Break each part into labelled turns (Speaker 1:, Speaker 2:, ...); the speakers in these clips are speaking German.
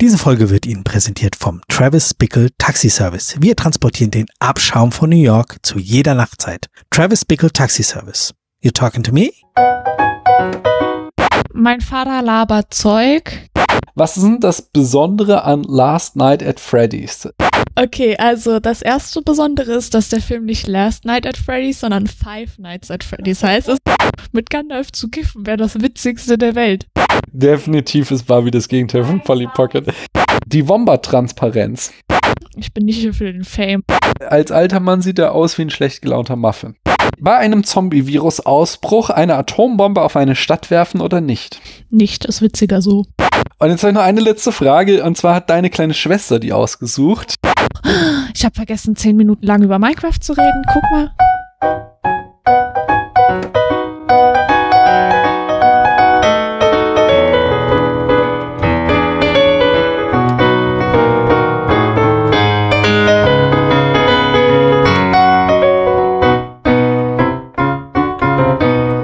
Speaker 1: Diese Folge wird Ihnen präsentiert vom Travis Bickle Taxi Service. Wir transportieren den Abschaum von New York zu jeder Nachtzeit. Travis Bickle Taxi Service. You talking to me?
Speaker 2: Mein Vater labert Zeug.
Speaker 3: Was ist denn das Besondere an Last Night at Freddy's?
Speaker 2: Okay, also das erste Besondere ist, dass der Film nicht Last Night at Freddy's, sondern Five Nights at Freddy's heißt. Es mit Gandalf zu kiffen wäre das Witzigste der Welt.
Speaker 3: Definitiv ist Barbie das Gegenteil von Polly Pocket. Die Wombat-Transparenz.
Speaker 2: Ich bin nicht hier für den Fame.
Speaker 3: Als alter Mann sieht er aus wie ein schlecht gelaunter Muffin. Bei einem Zombie-Virus-Ausbruch eine Atombombe auf eine Stadt werfen oder nicht?
Speaker 2: Nicht, ist witziger so.
Speaker 3: Und jetzt habe ich noch eine letzte Frage, und zwar hat deine kleine Schwester die ausgesucht.
Speaker 2: Ich habe vergessen, zehn Minuten lang über Minecraft zu reden. Guck mal.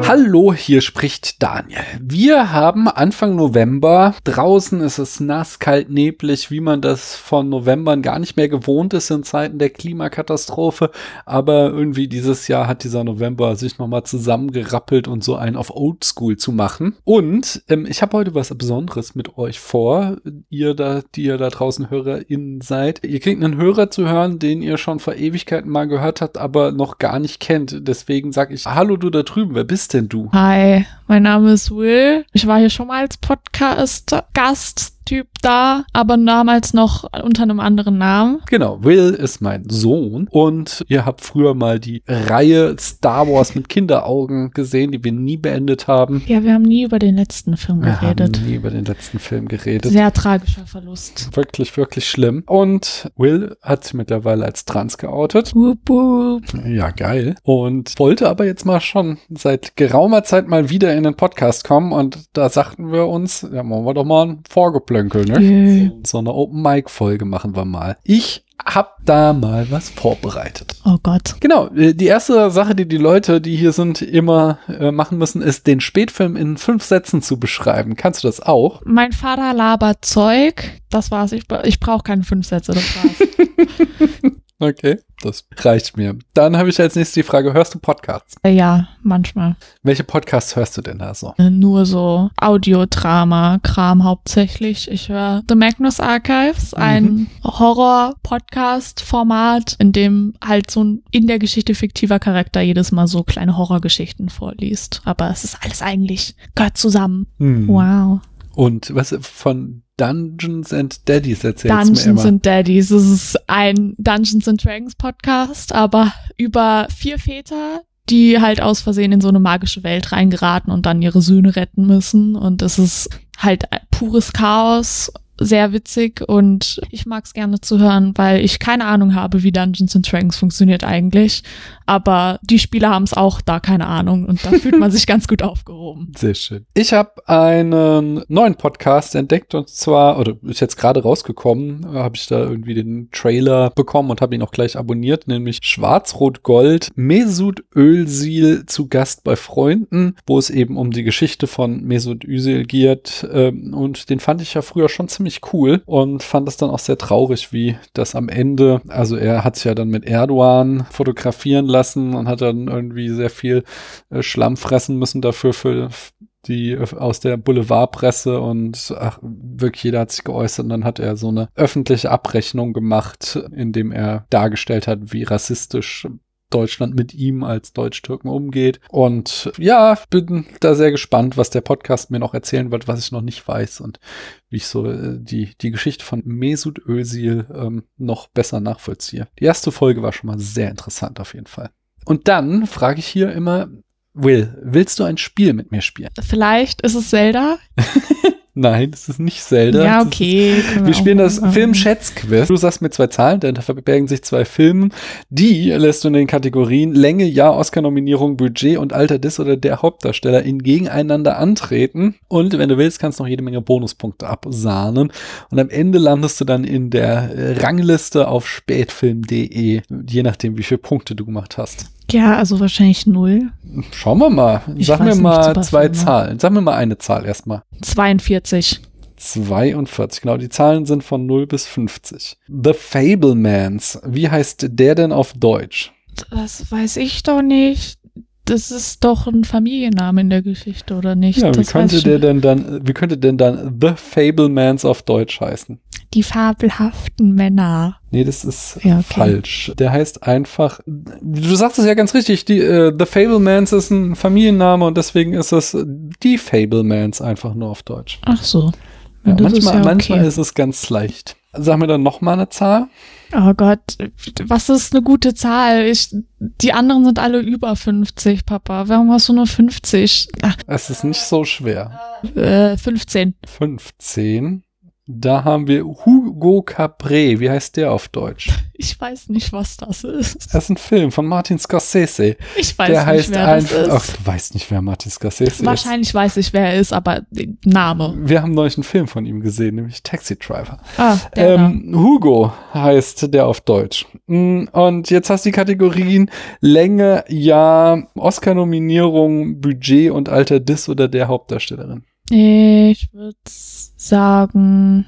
Speaker 3: Hallo, hier spricht Daniel. Wir haben Anfang November, draußen ist es nass, kalt, neblig, wie man das von Novembern gar nicht mehr gewohnt ist in Zeiten der Klimakatastrophe, aber irgendwie dieses Jahr hat dieser November sich nochmal zusammengerappelt und so einen auf Oldschool zu machen. Und ähm, ich habe heute was Besonderes mit euch vor, ihr da, die ihr da draußen HörerInnen seid. Ihr kriegt einen Hörer zu hören, den ihr schon vor Ewigkeiten mal gehört habt, aber noch gar nicht kennt. Deswegen sage ich, hallo du da drüben, wer bist denn du?
Speaker 2: Hi, mein Name ist Will. Ich war hier schon mal als Podcast-Gast-Typ da, aber damals noch unter einem anderen Namen.
Speaker 3: Genau, Will ist mein Sohn und ihr habt früher mal die Reihe Star Wars mit Kinderaugen gesehen, die wir nie beendet haben.
Speaker 2: Ja, wir haben nie über den letzten Film
Speaker 3: Wir haben
Speaker 2: geredet.
Speaker 3: nie über den letzten Film geredet.
Speaker 2: Sehr tragischer Verlust.
Speaker 3: Wirklich, wirklich schlimm. Und Will hat sich mittlerweile als trans geoutet.
Speaker 2: Wup, wup.
Speaker 3: Ja, geil. Und wollte aber jetzt mal schon seit geraumer Zeit mal wieder in den Podcast kommen. Und da sagten wir uns, ja, machen wir doch mal ein Vorgeplänkel, ne?
Speaker 2: Yay.
Speaker 3: So eine Open-Mic-Folge machen wir mal. Ich hab da mal was vorbereitet.
Speaker 2: Oh Gott.
Speaker 3: Genau, äh, die erste Sache, die die Leute, die hier sind, immer äh, machen müssen, ist, den Spätfilm in fünf Sätzen zu beschreiben. Kannst du das auch?
Speaker 2: Mein Vater labert Zeug. Das war's. Ich, bra- ich brauche keinen fünf Sätze. Das war's.
Speaker 3: Okay, das reicht mir. Dann habe ich als nächstes die Frage, hörst du Podcasts?
Speaker 2: Äh, ja, manchmal.
Speaker 3: Welche Podcasts hörst du denn da so?
Speaker 2: Äh, Nur so Audiodrama, Kram hauptsächlich. Ich höre The Magnus Archives, ein Horror-Podcast-Format, in dem halt so ein in der Geschichte fiktiver Charakter jedes Mal so kleine Horrorgeschichten vorliest. Aber es ist alles eigentlich, gehört zusammen.
Speaker 3: Hm.
Speaker 2: Wow.
Speaker 3: Und was von Dungeons and Daddies erzählst du mir
Speaker 2: Dungeons
Speaker 3: immer?
Speaker 2: and Daddies. Es ist ein Dungeons and Dragons Podcast, aber über vier Väter, die halt aus Versehen in so eine magische Welt reingeraten und dann ihre Söhne retten müssen. Und es ist halt pures Chaos. Sehr witzig und ich mag es gerne zu hören, weil ich keine Ahnung habe, wie Dungeons and Dragons funktioniert eigentlich. Aber die Spieler haben es auch da keine Ahnung und da fühlt man sich ganz gut aufgehoben.
Speaker 3: Sehr schön. Ich habe einen neuen Podcast entdeckt und zwar, oder ist jetzt gerade rausgekommen, habe ich da irgendwie den Trailer bekommen und habe ihn auch gleich abonniert, nämlich Schwarz-Rot-Gold, Mesut Özil zu Gast bei Freunden, wo es eben um die Geschichte von Mesut Özil geht ähm, und den fand ich ja früher schon ziemlich cool und fand es dann auch sehr traurig, wie das am Ende, also er hat sich ja dann mit Erdogan fotografieren lassen und hat dann irgendwie sehr viel äh, Schlamm fressen müssen dafür für die äh, aus der Boulevardpresse und ach, wirklich jeder hat sich geäußert und dann hat er so eine öffentliche Abrechnung gemacht, indem er dargestellt hat, wie rassistisch Deutschland mit ihm als Deutsch-Türken umgeht. Und ja, bin da sehr gespannt, was der Podcast mir noch erzählen wird, was ich noch nicht weiß und wie ich so äh, die, die Geschichte von Mesut Özil ähm, noch besser nachvollziehe. Die erste Folge war schon mal sehr interessant auf jeden Fall. Und dann frage ich hier immer, Will, willst du ein Spiel mit mir spielen?
Speaker 2: Vielleicht ist es Zelda.
Speaker 3: Nein, es ist nicht Zelda.
Speaker 2: ja,
Speaker 3: Das ist
Speaker 2: okay. können
Speaker 3: wir
Speaker 2: auch
Speaker 3: spielen das
Speaker 2: machen.
Speaker 3: Film-Schätz-Quiz. Du sagst mir zwei Zahlen, dahinter verbergen sich zwei Filme. Die lässt du in den Kategorien Länge, Jahr, Oscar-Nominierung, Budget und Alter des oder der Hauptdarstellerin gegeneinander antreten. Und wenn du willst, kannst du noch jede Menge Bonuspunkte absahnen. Und am Ende landest du dann in der äh, Rangliste auf spätfilm.de, je nachdem, wie viele Punkte du gemacht hast.
Speaker 2: Ja, also wahrscheinlich null.
Speaker 3: Schauen wir mal.
Speaker 2: Ich
Speaker 3: Sag
Speaker 2: weiß
Speaker 3: mir
Speaker 2: nichts
Speaker 3: mal
Speaker 2: über
Speaker 3: zwei
Speaker 2: Filme.
Speaker 3: Zahlen. Sag mir mal eine Zahl erstmal.
Speaker 2: 42.
Speaker 3: 42. Genau, die Zahlen sind von 0 bis 50. The Fablemans. Wie heißt der denn auf Deutsch?
Speaker 2: Das weiß ich doch nicht. Das ist doch ein Familienname in der Geschichte, oder nicht?
Speaker 3: ja, wie
Speaker 2: das weiß
Speaker 3: könnte
Speaker 2: ich
Speaker 3: der
Speaker 2: nicht.
Speaker 3: denn dann, wie könnte denn dann The Fablemans auf Deutsch heißen?
Speaker 2: Die fabelhaften Männer.
Speaker 3: Nee, das ist
Speaker 2: Ja, okay.
Speaker 3: falsch. Der heißt einfach, du sagst es ja ganz richtig, die, äh, The Fablemans ist ein Familienname und deswegen ist es die Fablemans einfach nur auf Deutsch.
Speaker 2: Ach so.
Speaker 3: Ja,
Speaker 2: das
Speaker 3: manchmal,
Speaker 2: ist ja okay.
Speaker 3: manchmal ist es ganz leicht. Sag mir dann nochmal eine Zahl.
Speaker 2: Oh Gott, was ist eine gute Zahl? Ich, die anderen sind alle über 50, Papa. Warum hast du nur 50? Ach,
Speaker 3: Es ist nicht so schwer.
Speaker 2: äh, 15.
Speaker 3: 15. Da haben wir Hugo Capré. Wie heißt der auf Deutsch?
Speaker 2: Ich weiß nicht, was das ist.
Speaker 3: Das ist ein Film von Martin Scorsese.
Speaker 2: Ich weiß
Speaker 3: der
Speaker 2: nicht,
Speaker 3: heißt
Speaker 2: wer das
Speaker 3: einfach. Ach,
Speaker 2: ist.
Speaker 3: du weißt nicht, wer Martin Scorsese
Speaker 2: Wahrscheinlich weiß ich, wer er ist, aber den Name.
Speaker 3: ist. Wir haben neulich einen Film von ihm gesehen, nämlich Taxi Driver.
Speaker 2: Ah, der da.
Speaker 3: Ähm, Hugo heißt der auf Deutsch. Mm, Und jetzt hast du die Kategorien Länge, Jahr, Oscar-Nominierung, Budget und Alter des oder der Hauptdarstellerin.
Speaker 2: Ich würde sagen,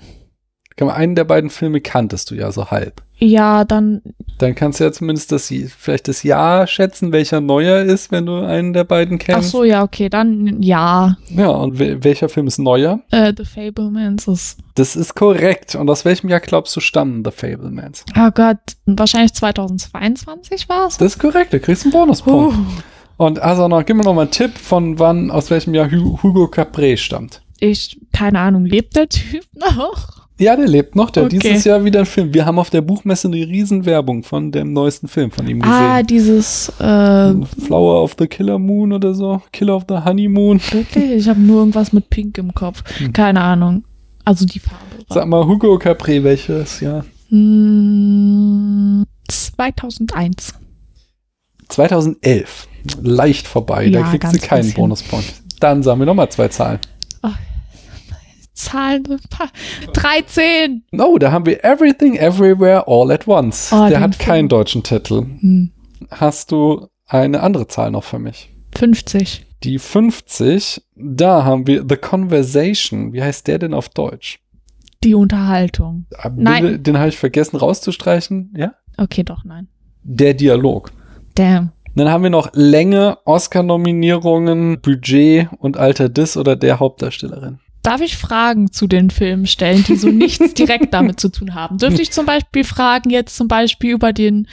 Speaker 3: Kann man- Einen der beiden Filme kanntest du ja so halb.
Speaker 2: ja, dann,
Speaker 3: Dann kannst du ja zumindest das, vielleicht das Jahr schätzen, welcher neuer ist, wenn du einen der beiden
Speaker 2: ach
Speaker 3: kennst.
Speaker 2: so, ja, okay, dann, ja,
Speaker 3: Ja, und wel- welcher Film ist neuer?
Speaker 2: äh, The Fablemans ist,
Speaker 3: Das ist korrekt. Und aus welchem Jahr glaubst du stammen The Fablemans?
Speaker 2: oh Gott, wahrscheinlich 2022 war es?
Speaker 3: Das ist korrekt, da kriegst du einen Bonuspunkt. Und also noch, gib mir noch mal einen Tipp, von wann, aus welchem Jahr Hu- Hugo Capré stammt.
Speaker 2: ich, keine Ahnung, lebt der Typ noch?
Speaker 3: Ja, der lebt noch, der hat
Speaker 2: Okay.
Speaker 3: dieses Jahr wieder einen Film. Wir haben auf der Buchmesse eine Riesenwerbung von dem neuesten Film von ihm
Speaker 2: Ah,
Speaker 3: gesehen.
Speaker 2: dieses, äh,
Speaker 3: Flower of the Killer Moon oder so, Killer of the Honeymoon.
Speaker 2: wirklich? Ich habe nur irgendwas mit Pink im Kopf. Keine Ahnung. Also die Farbe. war-
Speaker 3: Sag mal, Hugo Capré, welches Jahr?
Speaker 2: Hm, 2001.
Speaker 3: 2011. Leicht vorbei, da
Speaker 2: Ja,
Speaker 3: kriegst du
Speaker 2: ganz
Speaker 3: keinen
Speaker 2: bisschen.
Speaker 3: Bonuspunkt. Dann sagen wir noch mal zwei Zahlen.
Speaker 2: Zahlen, ein paar- 13.
Speaker 3: Oh, da haben wir Everything Everywhere All at Once.
Speaker 2: Oh,
Speaker 3: der
Speaker 2: den
Speaker 3: hat
Speaker 2: Film.
Speaker 3: keinen deutschen Titel.
Speaker 2: Hm,
Speaker 3: Hast du eine andere Zahl noch für mich?
Speaker 2: 50.
Speaker 3: Die 50, da haben wir The Conversation. Wie heißt der denn auf Deutsch?
Speaker 2: Die Unterhaltung.
Speaker 3: Ah,
Speaker 2: Nein.
Speaker 3: Bitte, den habe ich vergessen rauszustreichen. Ja?
Speaker 2: Okay, doch, nein.
Speaker 3: Der Dialog.
Speaker 2: Damn.
Speaker 3: Dann haben wir noch Länge, Oscar-Nominierungen, Budget und Alter des oder der Hauptdarstellerin.
Speaker 2: Darf ich Fragen zu den Filmen stellen, die so nichts direkt damit zu tun haben? Dürfte ich zum Beispiel fragen, jetzt zum Beispiel über den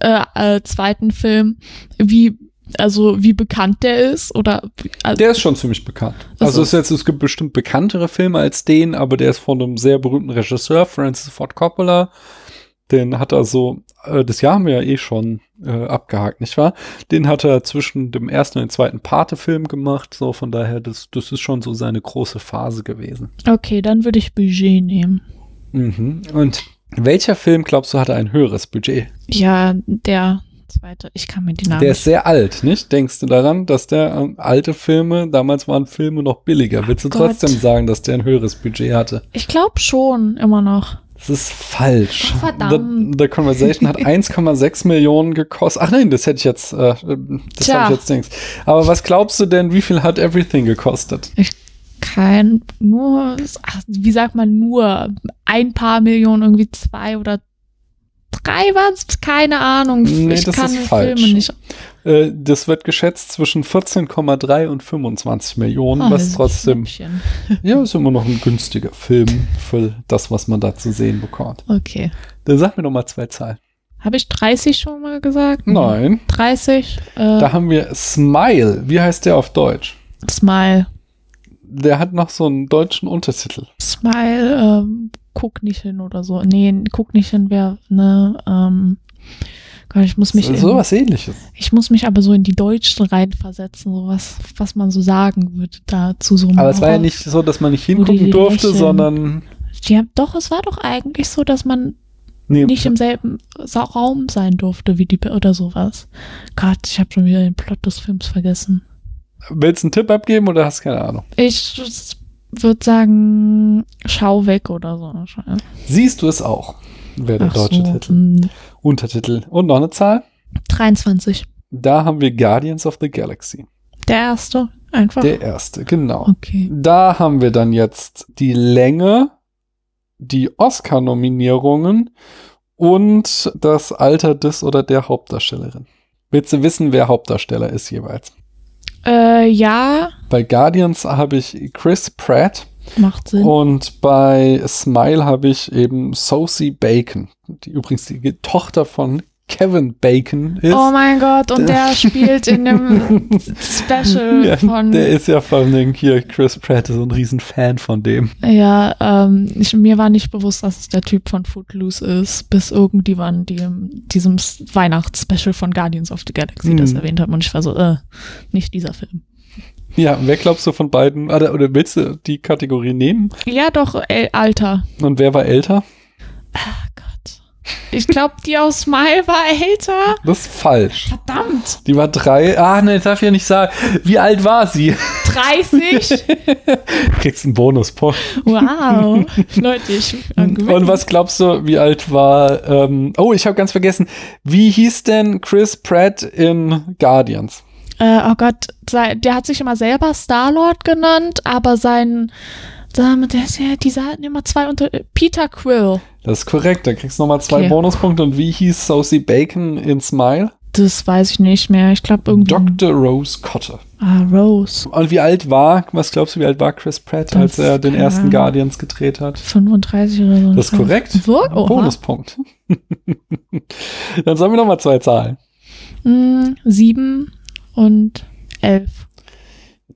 Speaker 2: äh, äh, zweiten Film, wie, also wie bekannt der ist? Oder wie- also,
Speaker 3: Der ist schon ziemlich bekannt.
Speaker 2: Ach
Speaker 3: Also
Speaker 2: so.
Speaker 3: es, ist jetzt, es gibt bestimmt bekanntere Filme als den, aber der ist von einem sehr berühmten Regisseur, Francis Ford Coppola. Den hat er so, äh, das Jahr haben wir ja eh schon äh, abgehakt, nicht wahr? Den hat er zwischen dem ersten und dem zweiten Pate-Film gemacht. So, von daher, das, das ist schon so seine große Phase gewesen.
Speaker 2: okay, dann würde ich Budget nehmen.
Speaker 3: Mhm. Und welcher Film, glaubst du, hatte ein höheres Budget?
Speaker 2: Ja, der zweite. Ich kann mir die Namen.
Speaker 3: Der ist sehr alt, nicht? Denkst du daran, dass der ähm, alte Filme, damals waren Filme noch billiger. Willst du
Speaker 2: Gott.
Speaker 3: trotzdem sagen, dass der ein höheres Budget hatte?
Speaker 2: ich glaube schon, immer noch.
Speaker 3: Das ist falsch.
Speaker 2: Ach, verdammt.
Speaker 3: The, The Conversation hat 1,6 Millionen gekostet. Ach nein, das hätte ich jetzt, äh, das
Speaker 2: Tja.
Speaker 3: habe ich jetzt denkst. Aber was glaubst du denn, wie viel hat Everything gekostet?
Speaker 2: Kein, nur, ach, wie sagt man nur, ein paar Millionen, irgendwie zwei oder drei waren's keine Ahnung.
Speaker 3: Nee,
Speaker 2: ich
Speaker 3: das
Speaker 2: kann
Speaker 3: ist
Speaker 2: Filme
Speaker 3: falsch.
Speaker 2: nicht.
Speaker 3: Äh, das wird geschätzt zwischen 14,3 und 25 Millionen,
Speaker 2: Ah, das
Speaker 3: was
Speaker 2: ist ein
Speaker 3: trotzdem,
Speaker 2: Schnäppchen.
Speaker 3: ja, ist immer noch ein günstiger Film für das, was man da zu sehen bekommt.
Speaker 2: Okay.
Speaker 3: Dann sag mir doch mal zwei Zahlen.
Speaker 2: Habe ich 30 schon mal gesagt?
Speaker 3: Nein.
Speaker 2: 30? Äh,
Speaker 3: Da haben wir Smile. Wie heißt der auf Deutsch?
Speaker 2: Smile.
Speaker 3: Der hat noch so einen deutschen Untertitel.
Speaker 2: Smile, ähm, guck nicht hin oder so. Nee, guck nicht hin, wer, ne, ähm, Gott, ich muss mich
Speaker 3: So-
Speaker 2: in-
Speaker 3: so was ähnliches.
Speaker 2: Ich muss mich aber so in die Deutschen reinversetzen, so was, was man so sagen würde dazu so. einem
Speaker 3: Aber es war ja
Speaker 2: Horror-
Speaker 3: nicht so, dass man nicht
Speaker 2: die
Speaker 3: hingucken durfte,
Speaker 2: lächeln.
Speaker 3: sondern.
Speaker 2: Die haben, doch, es war doch eigentlich so, dass man
Speaker 3: Nee,
Speaker 2: nicht im selben Sa Raum sein durfte wie die Be- oder sowas. Gott, ich habe schon wieder den Plot des Films vergessen.
Speaker 3: willst du einen Tipp abgeben oder hast keine Ahnung?
Speaker 2: Ich würde sagen, schau weg oder so.
Speaker 3: Siehst du es auch? Wäre der
Speaker 2: Ach
Speaker 3: deutsche
Speaker 2: so,
Speaker 3: Titel.
Speaker 2: hm,
Speaker 3: Untertitel. Und noch eine Zahl?
Speaker 2: 23.
Speaker 3: Da haben wir Guardians of the Galaxy.
Speaker 2: Der erste. Einfach.
Speaker 3: Der erste, genau.
Speaker 2: Okay.
Speaker 3: Da haben wir dann jetzt die Länge, die Oscar-Nominierungen und das Alter des oder der Hauptdarstellerin. Willst du wissen, wer Hauptdarsteller ist jeweils?
Speaker 2: Äh, ja,
Speaker 3: Bei Guardians habe ich Chris Pratt
Speaker 2: macht Sinn.
Speaker 3: und bei Smile habe ich eben Sosie Bacon, die übrigens die Tochter von Kevin Bacon ist.
Speaker 2: Oh mein Gott, und der spielt in dem Special
Speaker 3: ja,
Speaker 2: von.
Speaker 3: der ist ja vor allen Dingen hier, Chris Pratt ist so ein riesen Fan von dem.
Speaker 2: Ja, ähm, ich, mir war nicht bewusst, dass es der Typ von Footloose ist, bis irgendjemand dem, diesem S- Weihnachtsspecial von Guardians of the Galaxy das
Speaker 3: Hm.
Speaker 2: erwähnt hat. Und ich war so, äh, nicht dieser Film.
Speaker 3: Ja, wer glaubst du von beiden, oder, oder willst du die Kategorie nehmen?
Speaker 2: Ja, doch, äh, Alter.
Speaker 3: Und wer war älter?
Speaker 2: Ah, Gott. Ich glaube, die aus Smile war älter.
Speaker 3: Das ist falsch.
Speaker 2: Verdammt.
Speaker 3: Die war drei. Ah, ne, darf ich ja nicht sagen. Wie alt war sie?
Speaker 2: 30?
Speaker 3: Kriegst einen Bonuspunkt.
Speaker 2: Wow. Leute, ich äh, bin
Speaker 3: Und was glaubst du, wie alt war. Ähm, oh, ich habe ganz vergessen. Wie hieß denn Chris Pratt in Guardians?
Speaker 2: Äh, oh Gott, sei- der hat sich immer selber Star-Lord genannt, aber sein. Sag mal, Der ist ja, die hatten immer zwei unter. Peter Quill.
Speaker 3: Das ist korrekt. Da kriegst du nochmal zwei
Speaker 2: Okay.
Speaker 3: Bonuspunkte. Und wie hieß Sosie Bacon in Smile?
Speaker 2: Das weiß ich nicht mehr. Ich glaube irgendwie.
Speaker 3: Dr. Rose Cotter.
Speaker 2: ah, Rose.
Speaker 3: Und wie alt war, was glaubst du, wie alt war Chris Pratt, als
Speaker 2: Das-
Speaker 3: er den
Speaker 2: keine
Speaker 3: ersten
Speaker 2: Ahnung.
Speaker 3: Guardians gedreht hat?
Speaker 2: 35 oder so.
Speaker 3: Das ist korrekt.
Speaker 2: Wo?
Speaker 3: Ein Bonuspunkt. Dann sagen wir nochmal zwei Zahlen.
Speaker 2: Hm, sieben und elf.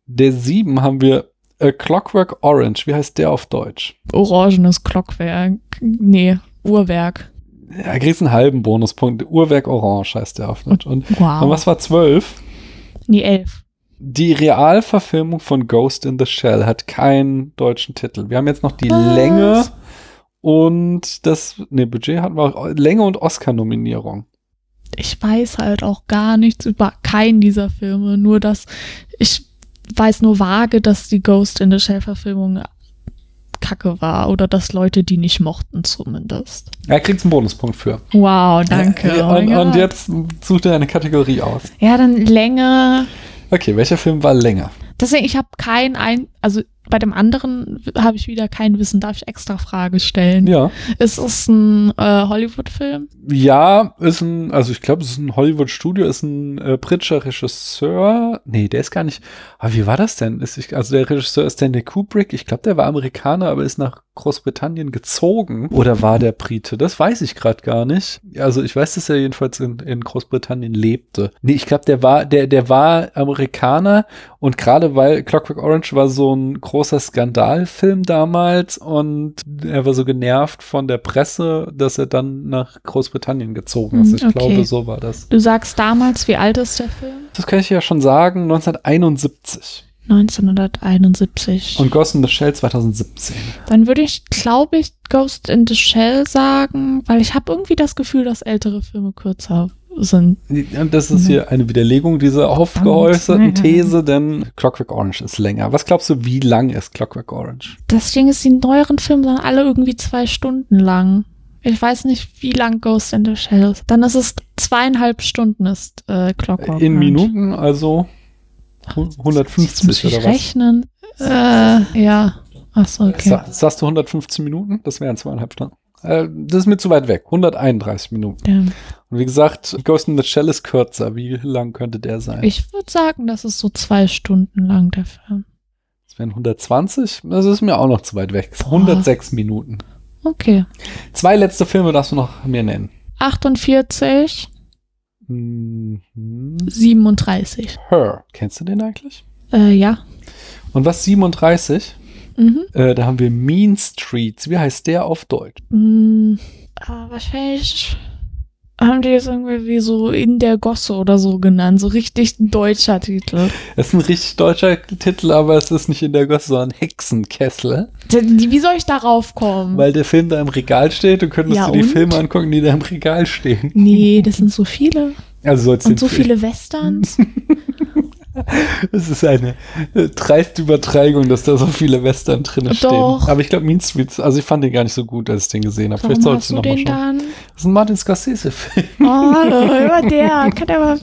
Speaker 3: Der 7 haben wir A Clockwork Orange. Wie heißt der auf Deutsch?
Speaker 2: Orangenes Glockwerk. Nee, Uhrwerk.
Speaker 3: Ja, kriegst einen halben Bonuspunkt. Uhrwerk Orange heißt der auf Deutsch. Und, und
Speaker 2: Wow.
Speaker 3: was war 12?
Speaker 2: Nee, elf.
Speaker 3: Die Realverfilmung von Ghost in the Shell hat keinen deutschen Titel. Wir haben jetzt noch die
Speaker 2: Was?
Speaker 3: Länge und das, nee, Budget hatten wir auch, Länge und Oscar-Nominierung.
Speaker 2: ich weiß halt auch gar nichts über keinen dieser Filme, nur dass ich weiß nur vage, dass die Ghost in the Shell Verfilmung kacke war oder dass Leute die nicht mochten zumindest.
Speaker 3: Er kriegt einen Bonuspunkt für.
Speaker 2: Wow, danke.
Speaker 3: Äh,
Speaker 2: Oh mein
Speaker 3: Und, und
Speaker 2: Gott.
Speaker 3: jetzt such dir eine Kategorie aus.
Speaker 2: Ja, dann Länge.
Speaker 3: Okay, welcher Film war länger?
Speaker 2: Deswegen, ich habe kein ein, also bei dem anderen habe ich wieder kein Wissen. Darf ich extra Frage stellen?
Speaker 3: Ja.
Speaker 2: Ist es ein äh, Hollywood-Film?
Speaker 3: Ja, ist ein, also ich glaube, es ist ein Hollywood-Studio, ist ein äh, britischer Regisseur. Nee, der ist gar nicht. Aber wie war das denn? Ist ich, also der Regisseur ist Stanley Kubrick. Ich glaube, der war Amerikaner, aber ist nach Großbritannien gezogen. Oder war der Brite? Das weiß ich gerade gar nicht. Also ich weiß, dass er jedenfalls in, in Großbritannien lebte. Nee, ich glaube, der war, der, der war Amerikaner und gerade weil Clockwork Orange war so ein großer Skandalfilm damals und er war so genervt von der Presse, dass er dann nach Großbritannien gezogen ist.
Speaker 2: Hm,
Speaker 3: Ich
Speaker 2: okay.
Speaker 3: glaube, so war das.
Speaker 2: Du sagst damals, wie alt ist der Film?
Speaker 3: Das kann ich ja schon sagen, 1971.
Speaker 2: 1971.
Speaker 3: Und Ghost in the Shell 2017.
Speaker 2: Dann würde ich, glaube ich, Ghost in the Shell sagen, weil ich habe irgendwie das Gefühl, dass ältere Filme kürzer sind.
Speaker 3: Und das
Speaker 2: Mhm.
Speaker 3: ist hier eine Widerlegung dieser aufgeäußerten
Speaker 2: Verdammt.
Speaker 3: These, denn Clockwork Orange ist länger. Was glaubst du, wie lang ist Clockwork Orange?
Speaker 2: Das Ding ist, die neueren Filme sind alle irgendwie zwei Stunden lang. Ich weiß nicht, wie lang Ghost in the Shell ist. Dann ist es zweieinhalb Stunden ist äh, Clockwork.
Speaker 3: In
Speaker 2: Orange.
Speaker 3: Minuten, also hu-
Speaker 2: Jetzt muss
Speaker 3: 150
Speaker 2: ich
Speaker 3: oder was?
Speaker 2: rechnen. Äh, ja. Ach so, okay.
Speaker 3: Sa sagst du 115 Minuten? Das wären zweieinhalb Stunden. Äh, das ist mir zu weit weg. 131 Minuten.
Speaker 2: Ja.
Speaker 3: Und wie gesagt, Ghost in the Shell ist kürzer. Wie lang könnte der sein?
Speaker 2: Ich würde sagen, das ist so zwei Stunden lang der Film.
Speaker 3: Das wären 120. Das ist mir auch noch zu weit weg. 106 Minuten.
Speaker 2: Okay.
Speaker 3: Zwei letzte Filme darfst du noch mir nennen.
Speaker 2: 48,
Speaker 3: Mhm.
Speaker 2: 37.
Speaker 3: Her. Kennst du den eigentlich?
Speaker 2: Äh, ja.
Speaker 3: Und was 37?
Speaker 2: Mhm.
Speaker 3: Äh, da haben wir Mean Streets. Wie heißt der auf Deutsch?
Speaker 2: Hm, aber wahrscheinlich haben die das irgendwie wie so in der Gosse oder so genannt. So richtig ein deutscher Titel.
Speaker 3: Das ist ein richtig deutscher Titel, aber es ist nicht in der Gosse, sondern Hexenkessel.
Speaker 2: Denn die- Wie soll ich darauf kommen?
Speaker 3: Weil der Film da im Regal steht und könntest
Speaker 2: Hm. Ja,
Speaker 3: du die
Speaker 2: und?
Speaker 3: Filme angucken, die da im Regal stehen.
Speaker 2: nee, das sind so viele.
Speaker 3: Also sollst
Speaker 2: Und
Speaker 3: du
Speaker 2: so viele Westerns.
Speaker 3: Es ist eine äh, dreiste Übertreibung, dass da so viele Western drin stehen.
Speaker 2: Doch.
Speaker 3: Aber ich glaube, Mean Streets, also ich fand den gar nicht so gut, als ich den gesehen habe. Vielleicht
Speaker 2: Warum
Speaker 3: sollte
Speaker 2: hast du
Speaker 3: ich nochmal
Speaker 2: den
Speaker 3: schauen.
Speaker 2: dann?
Speaker 3: Das ist ein Martin Scorsese-Film.
Speaker 2: Oh, hallo, immer der. Kann der mal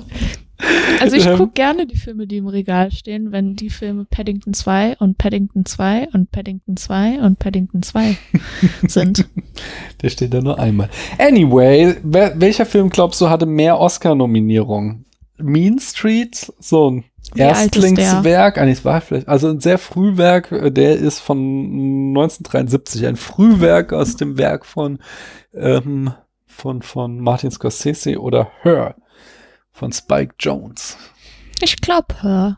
Speaker 2: Also ich gucke gerne die Filme, die im Regal stehen, wenn die Filme Paddington 2 und Paddington 2 und Paddington 2 und Paddington 2 sind.
Speaker 3: Der steht da nur einmal. Anyway, wer, welcher Film glaubst du hatte mehr Oscar-Nominierungen? Mean Street, so ein
Speaker 2: Wie alt ist der?
Speaker 3: Erstlingswerk, ah, nee, es war vielleicht, also ein sehr Frühwerk, äh, der ist von 1973, ein Frühwerk aus dem Werk von, ähm, von, von Martin Scorsese oder Her von Spike Jones.
Speaker 2: Ich glaube, hör.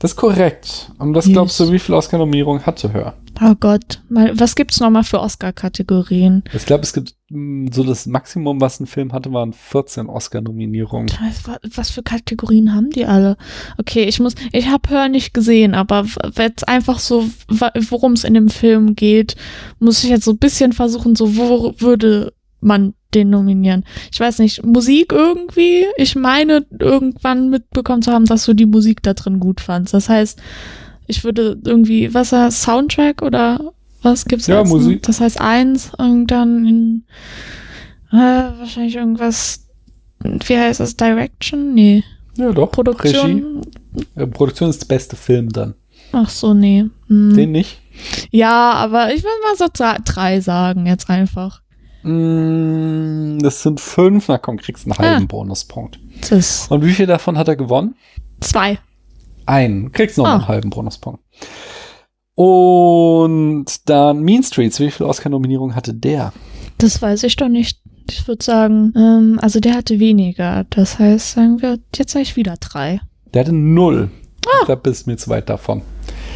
Speaker 3: Das ist korrekt. Und das
Speaker 2: Yes.
Speaker 3: glaubst du, wie viel Oscar-Nominierung hatte Her?
Speaker 2: Oh Gott, mal, was gibt's nochmal für Oscar-Kategorien?
Speaker 3: Ich glaube, es gibt mh, so das Maximum, was ein Film hatte, waren 14 Oscar-Nominierungen.
Speaker 2: Was- Was für Kategorien haben die alle? Okay, ich muss, ich habe Hör nicht gesehen, aber w- jetzt einfach so, w- worum es in dem Film geht, muss ich jetzt so ein bisschen versuchen, so wo würde man den nominieren? Ich weiß nicht, Musik irgendwie? Ich meine, irgendwann mitbekommen zu haben, dass du die Musik da drin gut fandst. Das heißt, ich würde irgendwie, was war Soundtrack oder was gibt's
Speaker 3: Ja,
Speaker 2: als-
Speaker 3: Musik.
Speaker 2: Das heißt eins und dann in, äh, wahrscheinlich irgendwas, wie heißt das, Direction? Nee,
Speaker 3: Ja, doch. Regie.
Speaker 2: Produktion?
Speaker 3: Äh, Produktion ist der beste Film dann.
Speaker 2: Ach so, nee. Hm.
Speaker 3: Den nicht?
Speaker 2: Ja, aber ich würde mal so dra- drei sagen jetzt einfach.
Speaker 3: Mm, Das sind fünf, na komm, kriegst einen halben
Speaker 2: Ah.
Speaker 3: Bonuspunkt.
Speaker 2: Das ist
Speaker 3: Und wie viel davon hat er gewonnen?
Speaker 2: zwei.
Speaker 3: Einen. Kriegst noch
Speaker 2: Ah.
Speaker 3: einen halben Bonuspunkt. Und dann Mean Streets, wie viel Oscar-Nominierung hatte der?
Speaker 2: Das weiß ich doch nicht. Ich würde sagen, ähm, also der hatte weniger. Das heißt, sagen wir, jetzt sage ich wieder drei.
Speaker 3: Der hatte null.
Speaker 2: Ah.
Speaker 3: Da bist du mir zu weit davon.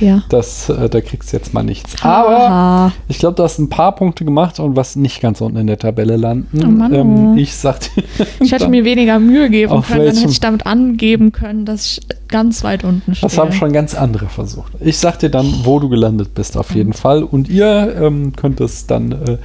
Speaker 2: Ja.
Speaker 3: Das, äh, da kriegst du jetzt mal nichts.
Speaker 2: Ah.
Speaker 3: Aber
Speaker 2: Haha.
Speaker 3: Ich glaube, du hast ein paar Punkte gemacht und was nicht ganz unten in der Tabelle landen. Ähm,
Speaker 2: Oh Mann, oh.
Speaker 3: ich sag dir,
Speaker 2: ich hätte mir weniger Mühe geben
Speaker 3: Auf
Speaker 2: können, dann hätte
Speaker 3: welchem-
Speaker 2: ich damit angeben können, dass ich ganz weit unten stehe.
Speaker 3: das haben schon ganz andere versucht. Ich sag dir dann, wo du gelandet bist, auf jeden Fall. Und ihr ähm, könnt es dann äh,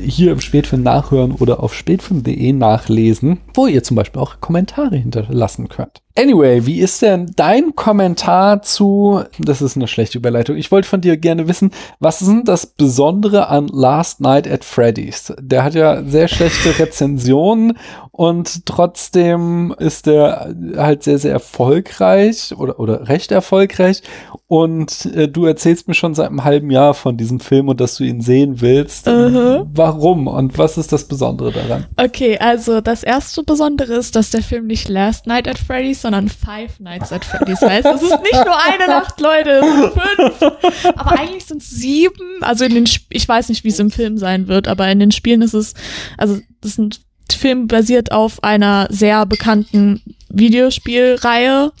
Speaker 3: hier im Spätfilm nachhören oder auf spätfilm.de nachlesen, wo ihr zum Beispiel auch Kommentare hinterlassen könnt. Anyway, wie ist denn dein Kommentar zu, das ist eine schlechte Überleitung, ich wollte von dir gerne wissen, was ist denn das Besondere an Last Night at Freddy's? Der hat ja sehr schlechte Rezensionen und trotzdem ist der halt sehr, sehr erfolgreich oder, oder recht erfolgreich und äh, du erzählst mir schon seit einem halben Jahr von diesem Film und dass du ihn sehen willst.
Speaker 2: Mhm.
Speaker 3: Warum und was ist das Besondere daran?
Speaker 2: Okay, also das erste Besondere ist, dass der Film nicht Last Night at Freddy's, sondern Five Nights at Freddy's heißt. Es ist nicht nur eine Nacht, Leute, es sind fünf. Aber eigentlich sind es sieben. Also in den, Sp ich weiß nicht, wie es im Film sein wird, aber in den Spielen ist es, also das ist ein Film basiert auf einer sehr bekannten Videospielreihe.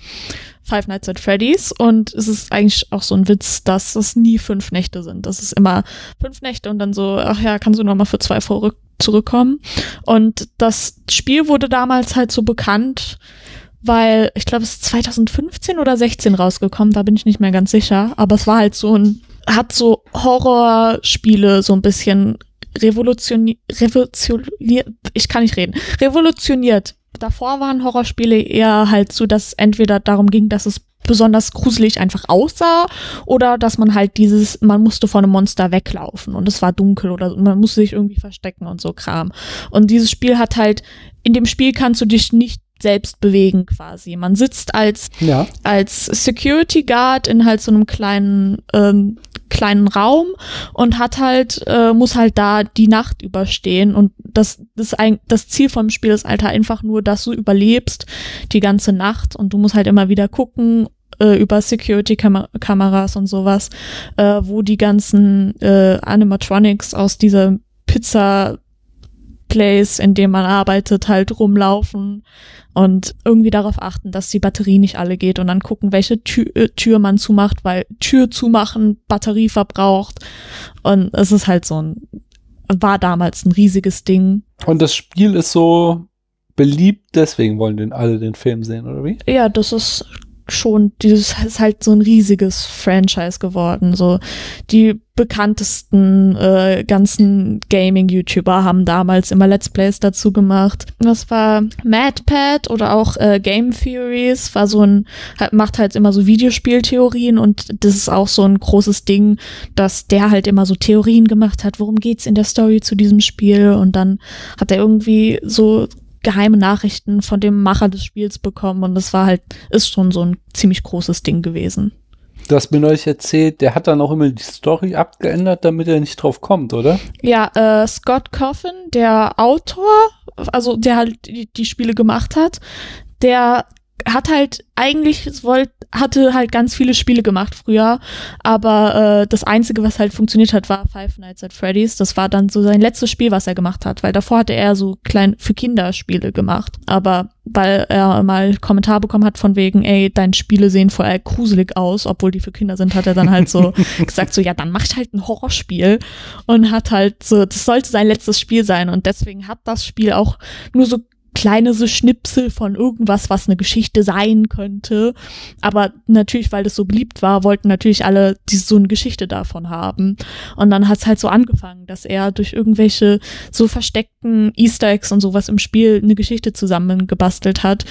Speaker 2: Five Nights at Freddy's und es ist eigentlich auch so ein Witz, dass es nie fünf Nächte sind. Das ist immer fünf Nächte und dann so, ach ja, kannst du noch mal für zwei vorrück zurückkommen. Und das Spiel wurde damals halt so bekannt, weil ich glaube, es ist 2015 oder 16 rausgekommen, da bin ich nicht mehr ganz sicher, aber es war halt so ein hat so Horrorspiele so ein bisschen revolutioniert, revolutioniert, ich kann nicht reden, revolutioniert. Davor waren Horrorspiele eher halt so, dass entweder darum ging, dass es besonders gruselig einfach aussah oder dass man halt dieses, man musste vor einem Monster weglaufen und es war dunkel oder man musste sich irgendwie verstecken und so Kram. Und dieses Spiel hat halt, in dem Spiel kannst du dich nicht selbst bewegen quasi. Man sitzt als
Speaker 3: Ja.
Speaker 2: als Security Guard in halt so einem kleinen ähm, kleinen Raum und hat halt äh, muss halt da die Nacht überstehen und das das ein, das Ziel vom Spiel ist halt einfach nur, dass du überlebst die ganze Nacht und du musst halt immer wieder gucken äh, über Security -Kam Kameras und sowas, äh, wo die ganzen äh, Animatronics aus dieser Pizza Place, in dem man arbeitet, halt rumlaufen und irgendwie darauf achten, dass die Batterie nicht alle geht und dann gucken, welche Tür, äh, Tür man zumacht, weil Tür zumachen Batterie verbraucht und es ist halt so ein war damals ein riesiges Ding.
Speaker 3: Und das Spiel ist so beliebt, deswegen wollen den alle den Film sehen, oder wie?
Speaker 2: Ja, das ist schon dieses ist halt so ein riesiges Franchise geworden, so die bekanntesten äh, ganzen Gaming-YouTuber haben damals immer Let's Plays dazu gemacht. Das war MadPad oder auch äh, Game Theories, war so ein, halt- macht halt immer so Videospieltheorien und das ist auch so ein großes Ding, dass der halt immer so Theorien gemacht hat, worum geht's in der Story zu diesem Spiel und dann hat er irgendwie so ga- geheime Nachrichten von dem Macher des Spiels bekommen und das war halt, ist schon so ein ziemlich großes Ding gewesen.
Speaker 3: Du hast mir neulich erzählt, der hat dann auch immer die Story abgeändert, damit er nicht drauf kommt, oder?
Speaker 2: Ja, äh, Scott Coffin, der Autor, also der halt die, die Spiele gemacht hat, der hat halt eigentlich es wollt, hatte halt ganz viele Spiele gemacht früher, aber äh, das einzige, was halt funktioniert hat, war Five Nights at Freddy's. Das war dann so sein letztes Spiel, was er gemacht hat, weil davor hatte er so klein für Kinder Spiele gemacht, aber weil er mal Kommentar bekommen hat von wegen, ey, deine Spiele sehen voll gruselig aus, obwohl die für Kinder sind, hat er dann halt so gesagt so, ja, dann macht halt ein Horrorspiel und hat halt so, das sollte sein letztes Spiel sein und deswegen hat das Spiel auch nur so kleine so Schnipsel von irgendwas, was eine Geschichte sein könnte. Aber natürlich, weil das so beliebt war, wollten natürlich alle die, so eine Geschichte davon haben. Und dann hat es halt so angefangen, dass er durch irgendwelche so versteckten Easter Eggs und sowas im Spiel eine Geschichte zusammengebastelt hat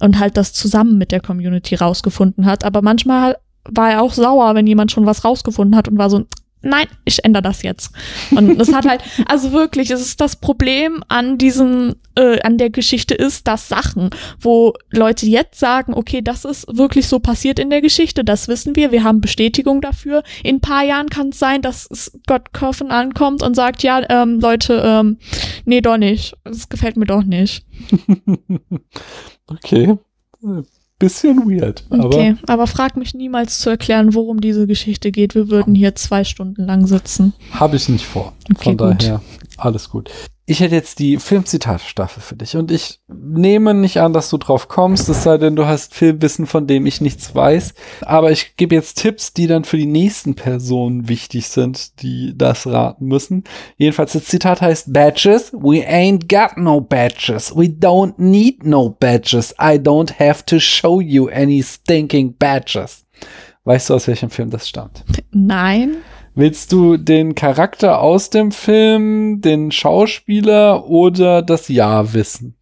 Speaker 2: und halt das zusammen mit der Community rausgefunden hat. Aber manchmal war er auch sauer, wenn jemand schon was rausgefunden hat und war so, nein, ich ändere das jetzt. Und das hat halt, also wirklich, es ist das Problem an diesem, äh, an der Geschichte ist, dass Sachen, wo Leute jetzt sagen, okay, das ist wirklich so passiert in der Geschichte, das wissen wir, wir haben Bestätigung dafür. In paar Jahren kann es sein, dass Scott Coffin ankommt und sagt, ja, ähm, Leute, ähm, nee, doch nicht. Das gefällt mir doch nicht.
Speaker 3: okay. Bisschen weird, aber.
Speaker 2: okay, aber frag mich niemals zu erklären, worum diese Geschichte geht. Wir würden hier zwei Stunden lang sitzen.
Speaker 3: Habe ich nicht vor.
Speaker 2: Okay,
Speaker 3: Von
Speaker 2: gut.
Speaker 3: daher, alles gut. Ich hätte jetzt die Filmzitatstaffel für dich und ich nehme nicht an, dass du drauf kommst, es sei denn, du hast Filmwissen, von dem ich nichts weiß. Aber ich gebe jetzt Tipps, die dann für die nächsten Personen wichtig sind, die das raten müssen. Jedenfalls, das Zitat heißt Badges. We ain't got no badges. We don't need no badges. I don't have to show you any stinking badges. Weißt du, aus welchem Film das stammt?
Speaker 2: Nein.
Speaker 3: Willst du den Charakter aus dem Film, den Schauspieler oder das Jahr wissen?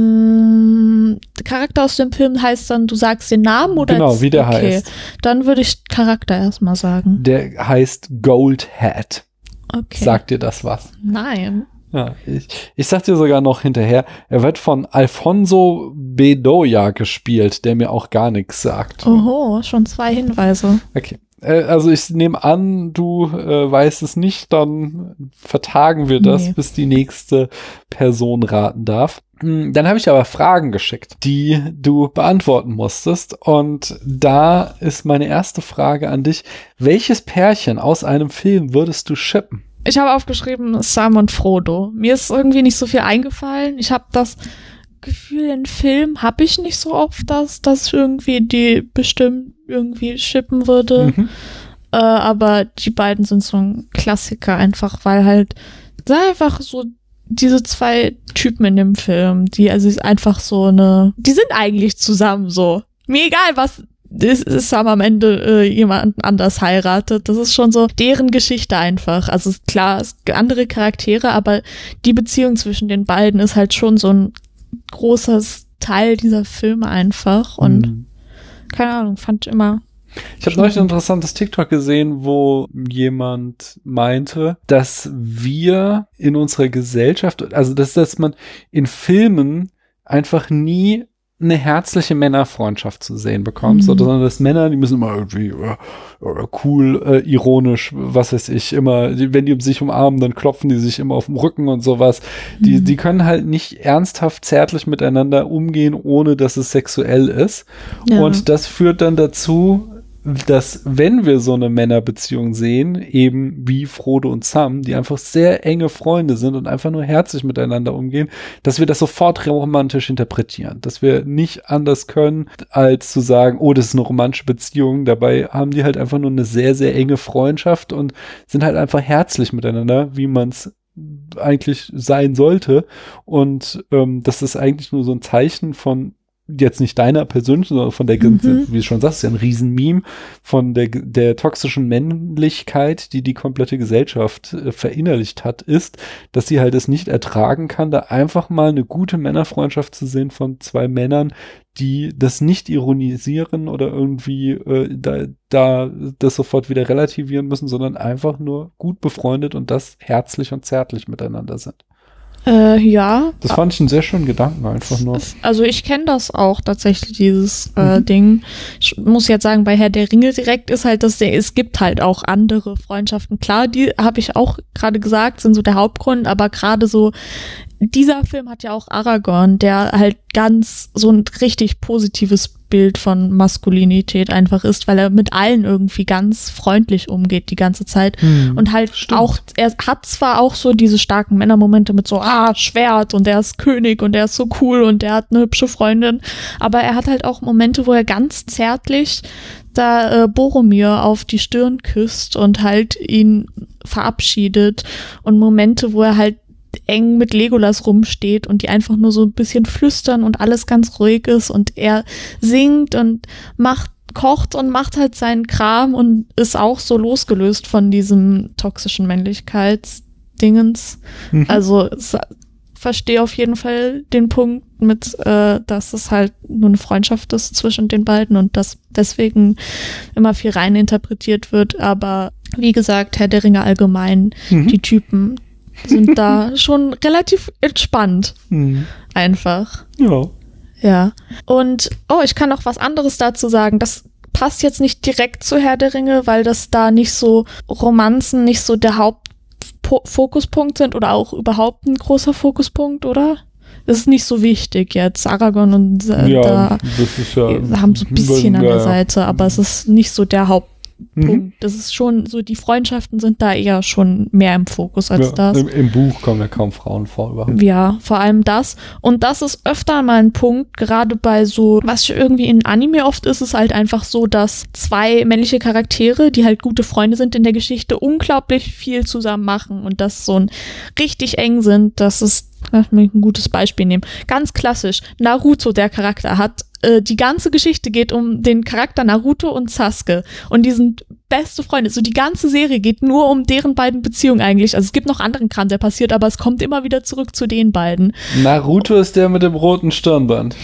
Speaker 2: Hm, der Charakter aus dem Film heißt dann, du sagst den Namen oder?
Speaker 3: genau, wie der
Speaker 2: okay.
Speaker 3: heißt.
Speaker 2: Dann würde ich Charakter erstmal sagen.
Speaker 3: Der heißt Gold Hat.
Speaker 2: Okay.
Speaker 3: Sagt dir das was?
Speaker 2: Nein.
Speaker 3: Ja, ich, ich sag dir sogar noch hinterher, er wird von Alfonso Bedoya gespielt, der mir auch gar nichts sagt.
Speaker 2: Oho, schon zwei Hinweise.
Speaker 3: Okay. Äh, Also ich nehme an, du äh, weißt es nicht, dann vertagen wir das,
Speaker 2: Nee.
Speaker 3: bis die nächste Person raten darf. Hm, Dann habe ich aber Fragen geschickt, die du beantworten musstest. Und da ist meine erste Frage an dich. Welches Pärchen aus einem Film würdest du shippen?
Speaker 2: Ich habe aufgeschrieben Sam und Frodo. Mir ist irgendwie nicht so viel eingefallen. Ich habe das Gefühl, in Film habe ich nicht so oft das, dass ich irgendwie die bestimmt irgendwie schippen würde.
Speaker 3: Mhm.
Speaker 2: Äh, aber die beiden sind so ein Klassiker einfach, weil halt da einfach so diese zwei Typen in dem Film, die also ist einfach so eine, die sind eigentlich zusammen so. Mir egal, was es ist haben am Ende äh, jemand anders heiratet. Das ist schon so deren Geschichte einfach. Also ist klar, es gibt andere Charaktere, aber die Beziehung zwischen den beiden ist halt schon so ein großes Teil dieser Filme einfach. Und
Speaker 3: Hm.
Speaker 2: keine Ahnung, fand ich immer.
Speaker 3: Ich habe neulich ein interessantes TikTok gesehen, wo jemand meinte, dass wir in unserer Gesellschaft, also dass, dass man in Filmen einfach nie eine herzliche Männerfreundschaft zu sehen bekommt,
Speaker 2: Mhm.
Speaker 3: so, sondern dass Männer, die müssen immer irgendwie äh, äh, cool, äh, ironisch, was weiß ich, immer, die- wenn die sich umarmen, dann klopfen die sich immer auf den Rücken und sowas. Die,
Speaker 2: Mhm.
Speaker 3: die können halt nicht ernsthaft zärtlich miteinander umgehen, ohne dass es sexuell ist.
Speaker 2: Ja.
Speaker 3: Und das führt dann dazu, dass wenn wir so eine Männerbeziehung sehen, eben wie Frodo und Sam, die einfach sehr enge Freunde sind und einfach nur herzlich miteinander umgehen, dass wir das sofort romantisch interpretieren, dass wir nicht anders können, als zu sagen, oh, das ist eine romantische Beziehung. Dabei haben die halt einfach nur eine sehr, sehr enge Freundschaft und sind halt einfach herzlich miteinander, wie man es eigentlich sein sollte. Und ähm, das ist eigentlich nur so ein Zeichen von jetzt nicht deiner persönlichen, sondern von der,
Speaker 2: Mhm.
Speaker 3: wie du schon sagst, ist ja ein Riesenmeme von der, der toxischen Männlichkeit, die die komplette Gesellschaft äh, verinnerlicht hat, ist, dass sie halt es nicht ertragen kann, da einfach mal eine gute Männerfreundschaft zu sehen von zwei Männern, die das nicht ironisieren oder irgendwie äh, da, da das sofort wieder relativieren müssen, sondern einfach nur gut befreundet und das herzlich und zärtlich miteinander sind.
Speaker 2: Äh, ja.
Speaker 3: Das fand ich einen sehr schönen Gedanken einfach nur.
Speaker 2: Es- Also ich kenne das auch tatsächlich, dieses äh,
Speaker 3: Mhm.
Speaker 2: Ding. Ich muss jetzt sagen, bei Herr der Ringe direkt ist halt das Ding, es gibt halt auch andere Freundschaften. Klar, die habe ich auch gerade gesagt, sind so der Hauptgrund, aber gerade so, dieser Film hat ja auch Aragorn, der halt ganz so ein richtig positives Bild von Maskulinität einfach ist, weil er mit allen irgendwie ganz freundlich umgeht die ganze Zeit. Und halt
Speaker 3: Stimmt.
Speaker 2: auch, er hat zwar auch so diese starken Männermomente mit so, ah, Schwert und er ist König und er ist so cool und er hat eine hübsche Freundin, aber er hat halt auch Momente, wo er ganz zärtlich da äh, Boromir auf die Stirn küsst und halt ihn verabschiedet und Momente, wo er halt eng mit Legolas rumsteht und die einfach nur so ein bisschen flüstern und alles ganz ruhig ist und er singt und macht kocht und macht halt seinen Kram und ist auch so losgelöst von diesem toxischen Männlichkeitsdingens.
Speaker 3: Mhm.
Speaker 2: Also es- verstehe auf jeden Fall den Punkt mit, äh, dass es halt nur eine Freundschaft ist zwischen den beiden und dass deswegen immer viel rein interpretiert wird. Aber wie gesagt, Herr der Ringe allgemein,
Speaker 3: Mhm.
Speaker 2: die Typen sind da schon relativ entspannt
Speaker 3: Mhm.
Speaker 2: einfach.
Speaker 3: Ja.
Speaker 2: Ja. Und, oh, ich kann noch was anderes dazu sagen. Das passt jetzt nicht direkt zu Herr der Ringe, weil das da nicht so Romanzen nicht so der Hauptfokuspunkt sind oder auch überhaupt ein großer Fokuspunkt, oder? Das ist nicht so wichtig jetzt. Aragon und äh,
Speaker 3: ja,
Speaker 2: da
Speaker 3: das ist ja. mhm.
Speaker 2: äh, haben so ein bisschen an
Speaker 3: ja,
Speaker 2: der
Speaker 3: ja.
Speaker 2: Seite, aber es ist nicht so der Hauptpunkt.
Speaker 3: Mhm.
Speaker 2: Das ist schon so, die Freundschaften sind da eher schon mehr im Fokus als
Speaker 3: ja,
Speaker 2: das.
Speaker 3: Im, Im Buch kommen ja kaum Frauen vor überhaupt.
Speaker 2: Ja, vor allem das. Und das ist öfter mal ein Punkt, gerade bei so, was irgendwie in Anime oft ist, ist halt einfach so, dass zwei männliche Charaktere, die halt gute Freunde sind in der Geschichte, unglaublich viel zusammen machen und das so ein richtig eng sind. Das ist, lass mich ein gutes Beispiel nehmen. Ganz klassisch, Naruto, der Charakter hat. äh, Die ganze Geschichte geht um den Charakter Naruto und Sasuke. Und die sind beste Freunde. So die ganze Serie geht nur um deren beiden Beziehungen eigentlich. Also es gibt noch anderen Kram, der passiert, aber es kommt immer wieder zurück zu den beiden.
Speaker 3: Naruto ist der mit dem roten Stirnband.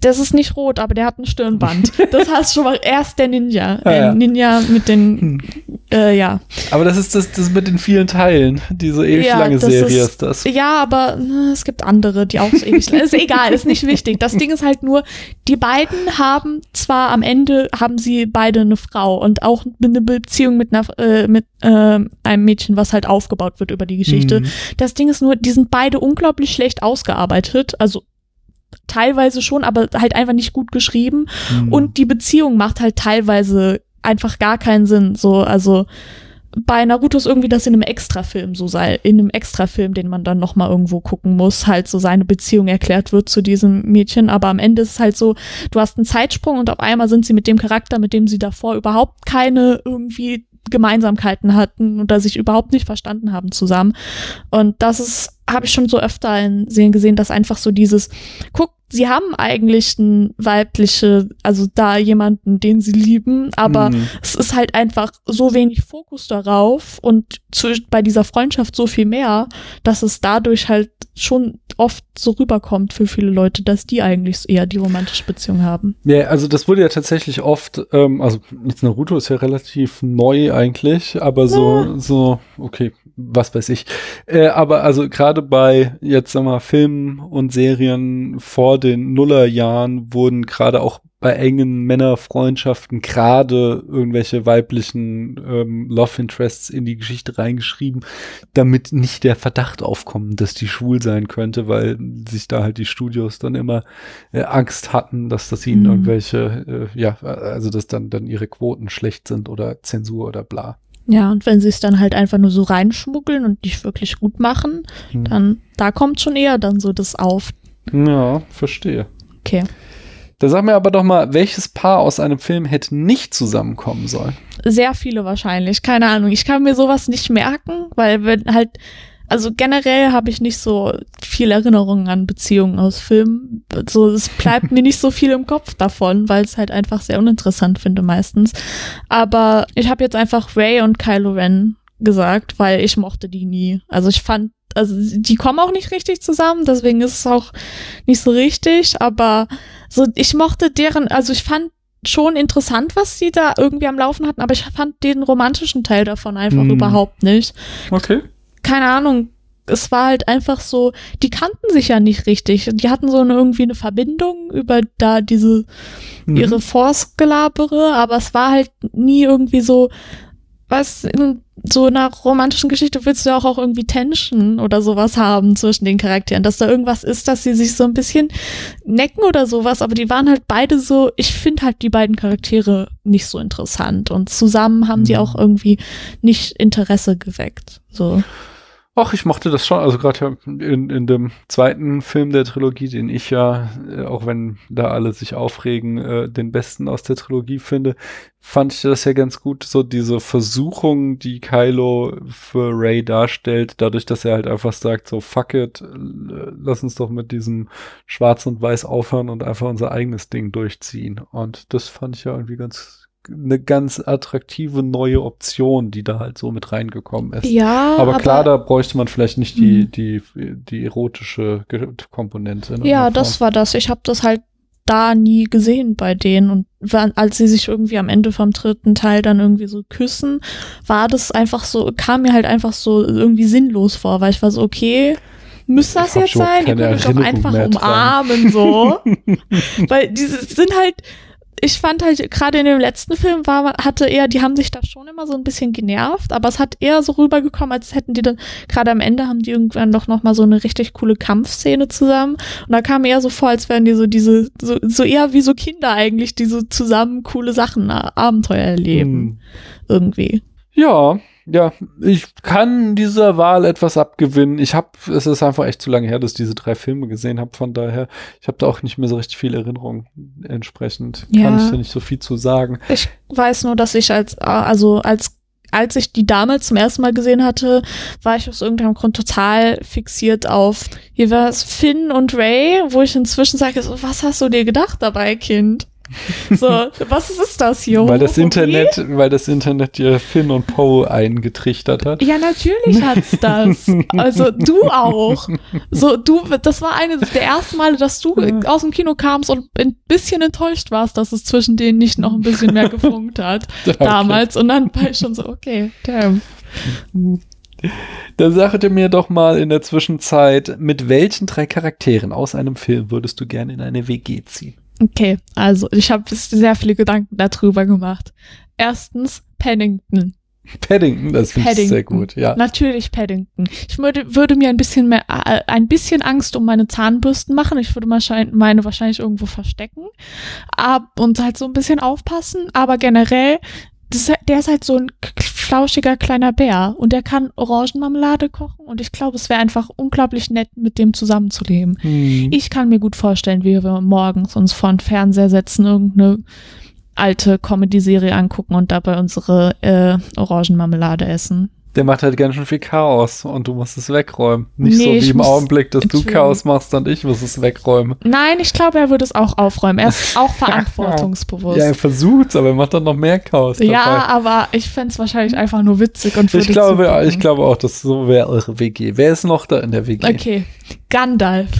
Speaker 2: Das ist nicht rot, aber der hat ein Stirnband. Das heißt schon mal, er ist der Ninja.
Speaker 3: Ah,
Speaker 2: Äh,
Speaker 3: ja. Hm.
Speaker 2: Ninja mit den, äh, ja.
Speaker 3: Aber das ist das, das mit den vielen Teilen. Diese ewig
Speaker 2: Ja,
Speaker 3: lange
Speaker 2: das
Speaker 3: Serie
Speaker 2: ist-
Speaker 3: ist, das.
Speaker 2: Ja, aber ne, es gibt andere, die auch so ewig Ist egal, ist nicht wichtig. Das Ding ist halt nur, die beiden haben zwar am Ende, haben sie beide eine Frau und auch eine Beziehung mit, einer, äh, mit äh, einem Mädchen, was halt aufgebaut wird über die Geschichte.
Speaker 3: Mhm.
Speaker 2: Das Ding ist nur, die sind beide unglaublich schlecht ausgearbeitet. Also teilweise schon, aber halt einfach nicht gut geschrieben.
Speaker 3: Mhm.
Speaker 2: Und die Beziehung macht halt teilweise einfach gar keinen Sinn. So, also bei Naruto ist irgendwie das in einem Extrafilm so sei, in einem Extrafilm, den man dann noch mal irgendwo gucken muss, halt so seine Beziehung erklärt wird zu diesem Mädchen. Aber am Ende ist es halt so, du hast einen Zeitsprung und auf einmal sind sie mit dem Charakter, mit dem sie davor überhaupt keine irgendwie Gemeinsamkeiten hatten oder sich überhaupt nicht verstanden haben zusammen. Und das ist, habe ich schon so öfter in Serien gesehen, dass einfach so dieses, guck, sie haben eigentlich einen weibliche, also da jemanden, den sie lieben, aber
Speaker 3: Mhm.
Speaker 2: es ist halt einfach so wenig Fokus darauf und zwisch- bei dieser Freundschaft so viel mehr, dass es dadurch halt schon oft so rüberkommt für viele Leute, dass die eigentlich eher die romantische Beziehung haben.
Speaker 3: Ja, also das wurde ja tatsächlich oft, ähm, also jetzt Naruto ist ja relativ neu eigentlich, aber so, so, okay, was weiß ich. Äh, aber also gerade bei jetzt sag mal Filmen und Serien vor den Nullerjahren wurden gerade auch bei engen Männerfreundschaften gerade irgendwelche weiblichen ähm, Love Interests in die Geschichte reingeschrieben, damit nicht der Verdacht aufkommt, dass die schwul sein könnte, weil sich da halt die Studios dann immer äh, Angst hatten, dass das ihnen
Speaker 2: Mhm.
Speaker 3: irgendwelche, äh, ja, also dass dann, dann ihre Quoten schlecht sind oder Zensur oder bla.
Speaker 2: Ja, und wenn sie es dann halt einfach nur so reinschmuggeln und nicht wirklich gut machen,
Speaker 3: Hm.
Speaker 2: dann da kommt schon eher dann so das auf.
Speaker 3: Ja, verstehe.
Speaker 2: Okay.
Speaker 3: Da sag mir aber doch mal, welches Paar aus einem Film hätte nicht zusammenkommen sollen?
Speaker 2: Sehr viele wahrscheinlich, keine Ahnung. Ich kann mir sowas nicht merken, weil wenn halt, also generell habe ich nicht so viel Erinnerungen an Beziehungen aus Filmen. So, es bleibt mir nicht so viel im Kopf davon, weil es halt einfach sehr uninteressant finde meistens. Aber ich habe jetzt einfach Ray und Kylo Ren gesagt, weil ich mochte die nie. Also ich fand, also die kommen auch nicht richtig zusammen, deswegen ist es auch nicht so richtig, aber so ich mochte deren, also ich fand schon interessant, was sie da irgendwie am Laufen hatten, aber ich fand den romantischen Teil davon einfach
Speaker 3: Hm.
Speaker 2: überhaupt nicht.
Speaker 3: Okay.
Speaker 2: Keine Ahnung, es war halt einfach so, die kannten sich ja nicht richtig. Die hatten so eine, irgendwie eine Verbindung über da diese
Speaker 3: Mhm.
Speaker 2: ihre Force-Gelabere, aber es war halt nie irgendwie so, was in so einer romantischen Geschichte willst du ja auch, auch irgendwie Tension oder sowas haben zwischen den Charakteren, dass da irgendwas ist, dass sie sich so ein bisschen necken oder sowas, aber die waren halt beide so, ich finde halt die beiden Charaktere nicht so interessant und zusammen haben die
Speaker 3: Mhm.
Speaker 2: auch irgendwie nicht Interesse geweckt. So.
Speaker 3: Ach, ich mochte das schon. Also gerade in, in dem zweiten Film der Trilogie, den ich ja, äh, auch wenn da alle sich aufregen, äh, den besten aus der Trilogie finde, fand ich das ja ganz gut. So diese Versuchung, die Kylo für Ray darstellt, dadurch, dass er halt einfach sagt, so fuck it, äh, lass uns doch mit diesem Schwarz und Weiß aufhören und einfach unser eigenes Ding durchziehen. Und das fand ich ja irgendwie ganz eine ganz attraktive neue Option, die da halt so mit reingekommen ist.
Speaker 2: Ja,
Speaker 3: Aber klar, da bräuchte man vielleicht nicht die,
Speaker 2: Mhm.
Speaker 3: die, die erotische Ge- Komponente. ne? in
Speaker 2: Ja,
Speaker 3: irgendeiner
Speaker 2: das
Speaker 3: Form.
Speaker 2: war das. Ich habe das halt da nie gesehen bei denen. Und wann- als sie sich irgendwie am Ende vom dritten Teil dann irgendwie so küssen, war das einfach so, kam mir halt einfach so irgendwie sinnlos vor, weil ich war so, okay, muss das
Speaker 3: hab
Speaker 2: jetzt
Speaker 3: schon
Speaker 2: sein? Ihr
Speaker 3: keine
Speaker 2: könnt euch doch
Speaker 3: Erinnerung
Speaker 2: einfach
Speaker 3: mehr dran.
Speaker 2: umarmen, so. weil diese sind halt, ich fand halt, gerade in dem letzten Film war, hatte eher, die haben sich da schon immer so ein bisschen genervt, aber es hat eher so rübergekommen, als hätten die dann, gerade am Ende haben die irgendwann doch nochmal so eine richtig coole Kampfszene zusammen. Und da kam mir eher so vor, als wären die so diese, so, so eher wie so Kinder eigentlich, die so zusammen coole Sachen, äh, Abenteuer erleben.
Speaker 3: Hm.
Speaker 2: Irgendwie.
Speaker 3: Ja, ja, ich kann dieser Wahl etwas abgewinnen. Ich habe, es ist einfach echt zu lange her, dass ich diese drei Filme gesehen habe. Von daher, ich habe da auch nicht mehr so richtig viel Erinnerung. Entsprechend kann
Speaker 2: Ja.
Speaker 3: ich da nicht so viel zu sagen.
Speaker 2: Ich weiß nur, dass ich als, äh, also als als ich die damals zum ersten Mal gesehen hatte, war ich aus irgendeinem Grund total fixiert auf, hier war es Finn und Ray, wo ich inzwischen sage, so, was hast du dir gedacht dabei, Kind? So, was ist das hier?
Speaker 3: Weil das
Speaker 2: Homophobie?
Speaker 3: Internet, weil das Internet dir Finn und Poe eingetrichtert hat.
Speaker 2: Ja, natürlich hat's das. Also du auch. So, du, das war eine der ersten Male, dass du aus dem Kino kamst und ein bisschen enttäuscht warst, dass es zwischen denen nicht noch ein bisschen mehr gefunkt hat
Speaker 3: Okay.
Speaker 2: damals. Und dann war ich schon so, okay, damn.
Speaker 3: Dann sagt ihr mir doch mal in der Zwischenzeit, mit welchen drei Charakteren aus einem Film würdest du gerne in eine WG ziehen?
Speaker 2: Okay, also ich habe sehr viele Gedanken darüber gemacht. Erstens Paddington.
Speaker 3: Paddington, das finde ich
Speaker 2: Paddington.
Speaker 3: sehr gut, ja.
Speaker 2: Natürlich Paddington. Ich würde, würde mir ein bisschen mehr, äh, ein bisschen Angst um meine Zahnbürsten machen. Ich würde wahrscheinlich- meine wahrscheinlich irgendwo verstecken. Ab und halt so ein bisschen aufpassen. Aber generell, das, der ist halt so ein k- flauschiger kleiner Bär und der kann Orangenmarmelade kochen und ich glaube, es wäre einfach unglaublich nett, mit dem zusammenzuleben.
Speaker 3: Hm.
Speaker 2: Ich kann mir gut vorstellen, wie wir morgens uns vor den Fernseher setzen, irgendeine alte Comedy-Serie angucken und dabei unsere äh, Orangenmarmelade essen.
Speaker 3: Der macht halt ganz schön viel Chaos und du musst es wegräumen. Nicht
Speaker 2: Nee,
Speaker 3: so wie
Speaker 2: ich
Speaker 3: im
Speaker 2: muss-
Speaker 3: Augenblick, dass du
Speaker 2: Entschuldigung.
Speaker 3: Chaos machst und ich muss es wegräumen.
Speaker 2: Nein, ich glaube, er würde es auch aufräumen. Er ist auch verantwortungsbewusst.
Speaker 3: genau. Ja, er versucht's, aber er macht dann noch mehr Chaos
Speaker 2: ja,
Speaker 3: dabei.
Speaker 2: aber ich fänd's wahrscheinlich einfach nur witzig und würde
Speaker 3: Ich glaube,
Speaker 2: zugucken.
Speaker 3: ich glaube auch, dass so wäre eure WG. Wer ist noch da in der WG?
Speaker 2: Okay, Gandalf.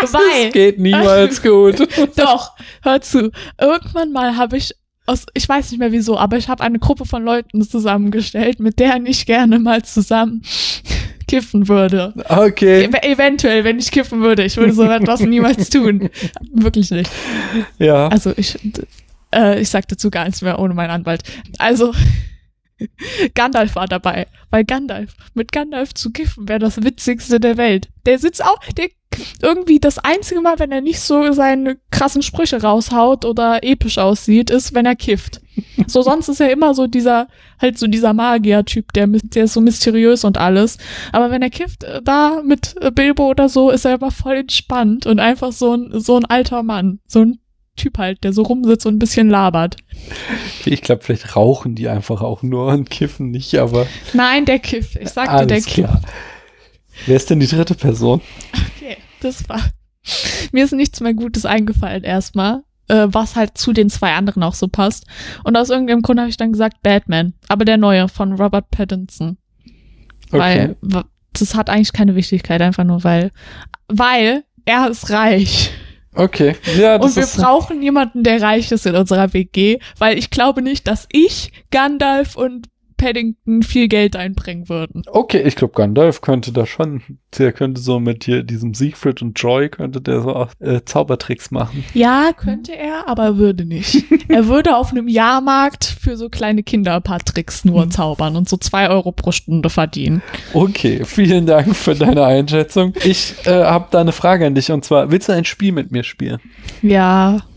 Speaker 3: Das
Speaker 2: Weil,
Speaker 3: geht niemals gut.
Speaker 2: doch, hör zu, irgendwann mal habe ich aus, ich weiß nicht mehr wieso, aber ich habe eine Gruppe von Leuten zusammengestellt, mit deren ich gerne mal zusammen kiffen würde.
Speaker 3: Okay,
Speaker 2: Ev eventuell, wenn ich kiffen würde. Ich würde so etwas niemals tun. Wirklich nicht.
Speaker 3: ja.
Speaker 2: Also ich, d- äh, ich sag dazu gar nichts mehr ohne meinen Anwalt. Also Gandalf war dabei, weil Gandalf, mit Gandalf zu kiffen wäre das Witzigste der Welt. Der sitzt auch, der irgendwie das einzige Mal, wenn er nicht so seine krassen Sprüche raushaut oder episch aussieht, ist, wenn er kifft. So, sonst ist er immer so dieser, halt so dieser Magier-Typ, der, mis- der ist so mysteriös und alles. Aber wenn er kifft, äh, da mit äh, Bilbo oder so, ist er immer voll entspannt und einfach so ein, so ein alter Mann. So ein Typ halt, der so rumsitzt und ein bisschen labert.
Speaker 3: Okay, ich glaube, vielleicht rauchen die einfach auch nur und kiffen nicht, aber
Speaker 2: Nein, der kifft. Ich sagte, der
Speaker 3: alles
Speaker 2: kifft.
Speaker 3: klar. Wer ist denn die dritte Person?
Speaker 2: Okay, das war. Mir ist nichts mehr Gutes eingefallen erstmal, äh, was halt zu den zwei anderen auch so passt. Und aus irgendeinem Grund habe ich dann gesagt Batman, aber der neue von Robert Pattinson, weil wa- das hat eigentlich keine Wichtigkeit, einfach nur weil, weil er ist reich.
Speaker 3: Okay. Ja, das
Speaker 2: Und wir
Speaker 3: ist
Speaker 2: brauchen jemanden, der reich ist in unserer WG, weil ich glaube nicht, dass ich, Gandalf und Paddington viel Geld einbringen würden.
Speaker 3: Okay, ich glaube, Gandalf könnte da schon, der könnte so mit hier diesem Siegfried und Joy, könnte der so auch, äh, Zaubertricks machen.
Speaker 2: Ja, könnte er, aber er würde nicht. er würde auf einem Jahrmarkt für so kleine Kinder ein paar Tricks nur zaubern und so zwei Euro pro Stunde verdienen.
Speaker 3: Okay, vielen Dank für deine Einschätzung. Ich äh, habe da eine Frage an dich und zwar, willst du ein Spiel mit mir spielen?
Speaker 2: Ja,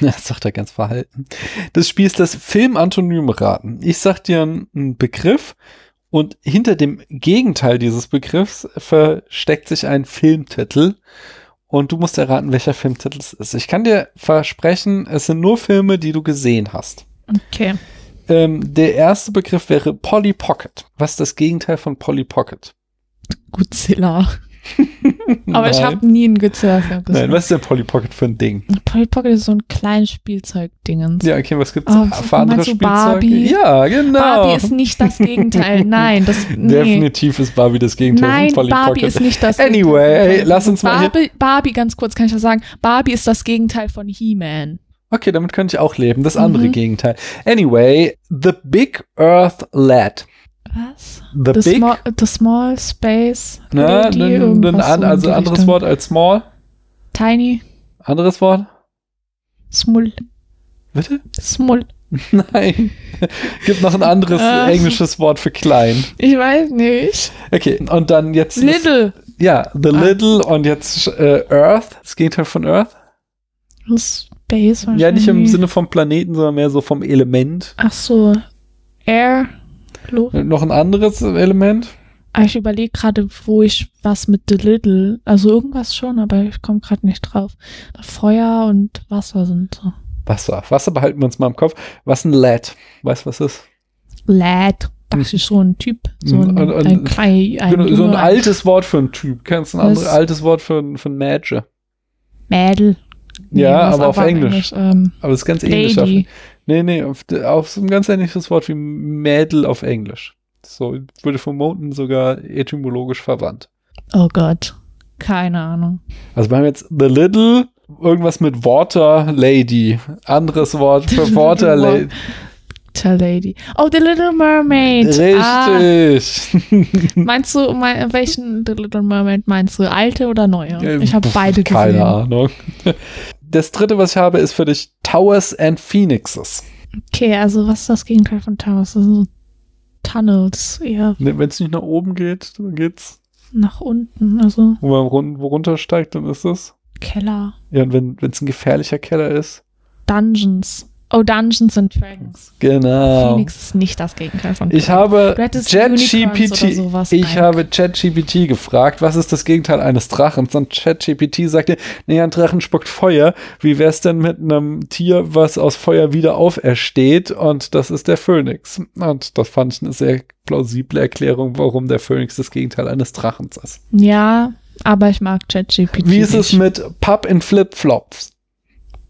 Speaker 3: Das sagt er ganz verhalten. Das Spiel ist das Film-Antonym-Raten. Ich sag dir einen Begriff und hinter dem Gegenteil dieses Begriffs versteckt sich ein Filmtitel. Und du musst erraten, welcher Filmtitel es ist. Ich kann dir versprechen, es sind nur Filme, die du gesehen hast.
Speaker 2: okay.
Speaker 3: Ähm, der erste Begriff wäre Polly Pocket. Was ist das Gegenteil von Polly Pocket?
Speaker 2: Godzilla. Aber ich
Speaker 3: Nein.
Speaker 2: habe nie einen Godzilla-Film gesehen.
Speaker 3: Nein, was ist denn Polly Pocket für ein Ding?
Speaker 2: Polly Pocket ist so ein kleines Spielzeugdingens.
Speaker 3: Ja, okay, was gibt's
Speaker 2: Oh,
Speaker 3: für andere
Speaker 2: meinst du
Speaker 3: Spielzeuge?
Speaker 2: Barbie?
Speaker 3: Ja, genau.
Speaker 2: Barbie ist nicht das Gegenteil. Nein, das nee.
Speaker 3: Definitiv ist Barbie das Gegenteil
Speaker 2: Nein,
Speaker 3: von Polly
Speaker 2: Barbie
Speaker 3: Pocket.
Speaker 2: ist nicht das
Speaker 3: Anyway,
Speaker 2: Gegenteil.
Speaker 3: lass uns mal hier-
Speaker 2: Barbie, Barbie, ganz kurz kann ich das sagen. Barbie ist das Gegenteil von He-Man.
Speaker 3: okay, damit könnte ich auch leben. Das andere
Speaker 2: Mhm.
Speaker 3: Gegenteil. Anyway, The Big Earth Lad.
Speaker 2: Was?
Speaker 3: The
Speaker 2: The,
Speaker 3: Big,
Speaker 2: small, the small Space.
Speaker 3: ne,
Speaker 2: Lady,
Speaker 3: n- n-
Speaker 2: irgendwas
Speaker 3: an,
Speaker 2: so in
Speaker 3: also
Speaker 2: die
Speaker 3: anderes
Speaker 2: Richtung.
Speaker 3: Wort als small.
Speaker 2: Tiny.
Speaker 3: Anderes Wort?
Speaker 2: Small.
Speaker 3: Bitte?
Speaker 2: Small.
Speaker 3: Nein. Gibt noch ein anderes
Speaker 2: Äh.
Speaker 3: englisches Wort für klein.
Speaker 2: Ich weiß nicht.
Speaker 3: Okay, und dann jetzt. ist-
Speaker 2: Little.
Speaker 3: Ja, The
Speaker 2: Ah.
Speaker 3: Little und jetzt äh, Earth. Das Gegenteil von Earth.
Speaker 2: Space.
Speaker 3: Ja, nicht im
Speaker 2: wahrscheinlich.
Speaker 3: Sinne vom Planeten, sondern mehr so vom Element.
Speaker 2: Ach so. Air. Luft.
Speaker 3: Noch ein anderes Element?
Speaker 2: Ah, Ich überlege gerade, wo ich was mit The Little, also irgendwas schon, aber ich komme gerade nicht drauf. Feuer und Wasser sind so.
Speaker 3: Wasser. Wasser behalten wir uns mal im Kopf. Was ein Lad? Weißt du, was ist?
Speaker 2: Lad, das ist so ein Typ, so ein,
Speaker 3: Hm, Und- und-
Speaker 2: ein, Klei, ein,
Speaker 3: Genau, so ein
Speaker 2: Junge,
Speaker 3: altes Wort für einen Typ. Kennst du ein
Speaker 2: Was?
Speaker 3: anderes altes Wort für, ein- für ein Mädche?
Speaker 2: Mädel.
Speaker 3: Ja,
Speaker 2: was
Speaker 3: aber auf
Speaker 2: einfach
Speaker 3: Englisch.
Speaker 2: ähm,
Speaker 3: Aber es ist ganz ähnlich. auf-
Speaker 2: Lady.
Speaker 3: Nee, nee, auf, auf so ein ganz ähnliches Wort wie Mädel auf Englisch. So, würde von Mountain sogar etymologisch verwandt.
Speaker 2: Oh Gott, keine Ahnung.
Speaker 3: Also wir haben jetzt The Little, irgendwas mit Water Lady. Anderes Wort für Water Lady.
Speaker 2: The Lady. Oh, The Little Mermaid. Ah,
Speaker 3: Richtig.
Speaker 2: meinst du, mein, welchen The Little Mermaid meinst du? Alte oder neue?
Speaker 3: Ähm,
Speaker 2: Ich habe beide gesehen.
Speaker 3: Keine Ahnung. Das dritte, was ich habe, ist für dich Towers and Phoenixes.
Speaker 2: Okay, also was ist das Gegenteil von Towers? Das sind so Tunnels, eher
Speaker 3: Wenn es nicht nach oben geht, dann geht's.
Speaker 2: nach unten, also
Speaker 3: Wenn man run wo runtersteigt, dann ist es.
Speaker 2: Keller,
Speaker 3: Ja, und wenn es ein gefährlicher Keller ist.
Speaker 2: Dungeons. Oh, Dungeons and Dragons.
Speaker 3: Genau.
Speaker 2: Phoenix ist nicht das Gegenteil von
Speaker 3: Ich
Speaker 2: Dragons.
Speaker 3: habe
Speaker 2: Du hättest Unicorns oder sowas
Speaker 3: ChatGPT. Ich
Speaker 2: rein-
Speaker 3: habe ChatGPT gefragt, was ist das Gegenteil eines Drachens? Und ChatGPT sagte, nee, ein Drachen spuckt Feuer. Wie wär's denn mit einem Tier, was aus Feuer wieder aufersteht? Und das ist der Phönix. Und das fand ich eine sehr plausible Erklärung, warum der Phönix das Gegenteil eines Drachens ist.
Speaker 2: Ja, aber ich mag ChatGPT.
Speaker 3: Wie ist es
Speaker 2: nicht.
Speaker 3: mit Pub in Flipflops?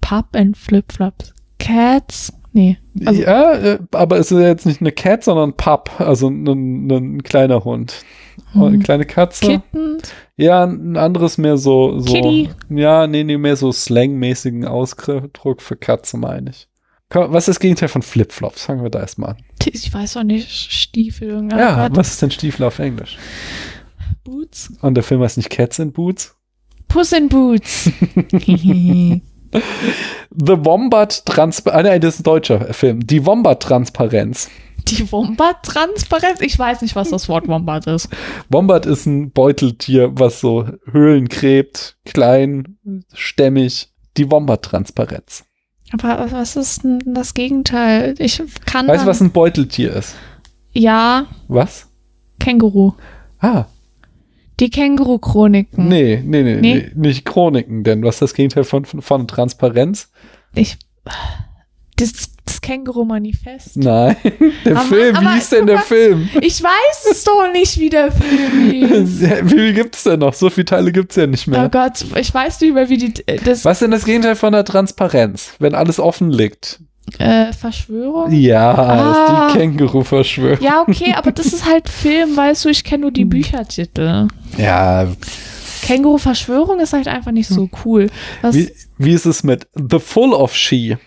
Speaker 2: Pub and Flipflops? Cats? Nee. Also,
Speaker 3: ja, äh, aber es ist ja jetzt nicht eine Cat, sondern Pub, also ein, ein, ein kleiner Hund. Eine
Speaker 2: hm,
Speaker 3: kleine Katze.
Speaker 2: Kittens?
Speaker 3: Ja, ein anderes mehr so, so
Speaker 2: Kitty.
Speaker 3: ja, nee, nee, mehr so slangmäßigen Ausdruck für Katze, meine ich. Komm, Was ist das Gegenteil von Flipflops? Fangen wir da erstmal an.
Speaker 2: T- Ich weiß auch nicht, Stiefel, irgendwas.
Speaker 3: Ja,
Speaker 2: Oh Gott.
Speaker 3: was ist denn Stiefel auf Englisch?
Speaker 2: Boots?
Speaker 3: Und der Film heißt nicht Cats in Boots?
Speaker 2: Puss in Boots.
Speaker 3: The Wombat Transparenz. Ah, nein, das ist ein deutscher Film. Die Wombat Transparenz.
Speaker 2: Die Wombat-Transparenz? Ich weiß nicht, was das Wort Wombat ist.
Speaker 3: Wombat ist ein Beuteltier, was so Höhlen gräbt, klein, stämmig. Die Wombat Transparenz.
Speaker 2: Aber was ist denn das Gegenteil? Ich kann.
Speaker 3: Weißt
Speaker 2: dann-
Speaker 3: du, was ein Beuteltier ist?
Speaker 2: Ja,
Speaker 3: Was?
Speaker 2: Känguru.
Speaker 3: Ah,
Speaker 2: Die Känguru-Chroniken.
Speaker 3: Nee, nee, nee,
Speaker 2: Nee?
Speaker 3: nee, nicht Chroniken, denn was ist das Gegenteil von, von, von Transparenz?
Speaker 2: Ich. Das, das Känguru-Manifest.
Speaker 3: Nein, der
Speaker 2: Aber-
Speaker 3: Film,
Speaker 2: aber
Speaker 3: wie hieß denn der
Speaker 2: guck
Speaker 3: Film?
Speaker 2: Ich weiß es doch nicht, wie der Film ist.
Speaker 3: Wie viel gibt's denn noch? So viele Teile gibt's ja nicht mehr.
Speaker 2: Oh Gott, ich weiß nicht mehr, wie die. äh, Das.
Speaker 3: Was ist denn das Gegenteil von der Transparenz, wenn alles offen liegt?
Speaker 2: Äh, Verschwörung?
Speaker 3: Ja,
Speaker 2: Ah.
Speaker 3: das ist die Känguru-Verschwörung.
Speaker 2: Ja, okay, aber das ist halt Film, weißt du, ich kenne nur die
Speaker 3: Hm.
Speaker 2: Büchertitel.
Speaker 3: Ja,
Speaker 2: Känguru-Verschwörung ist halt einfach nicht
Speaker 3: Hm.
Speaker 2: so cool. Was,
Speaker 3: wie, wie ist es mit The Full of She?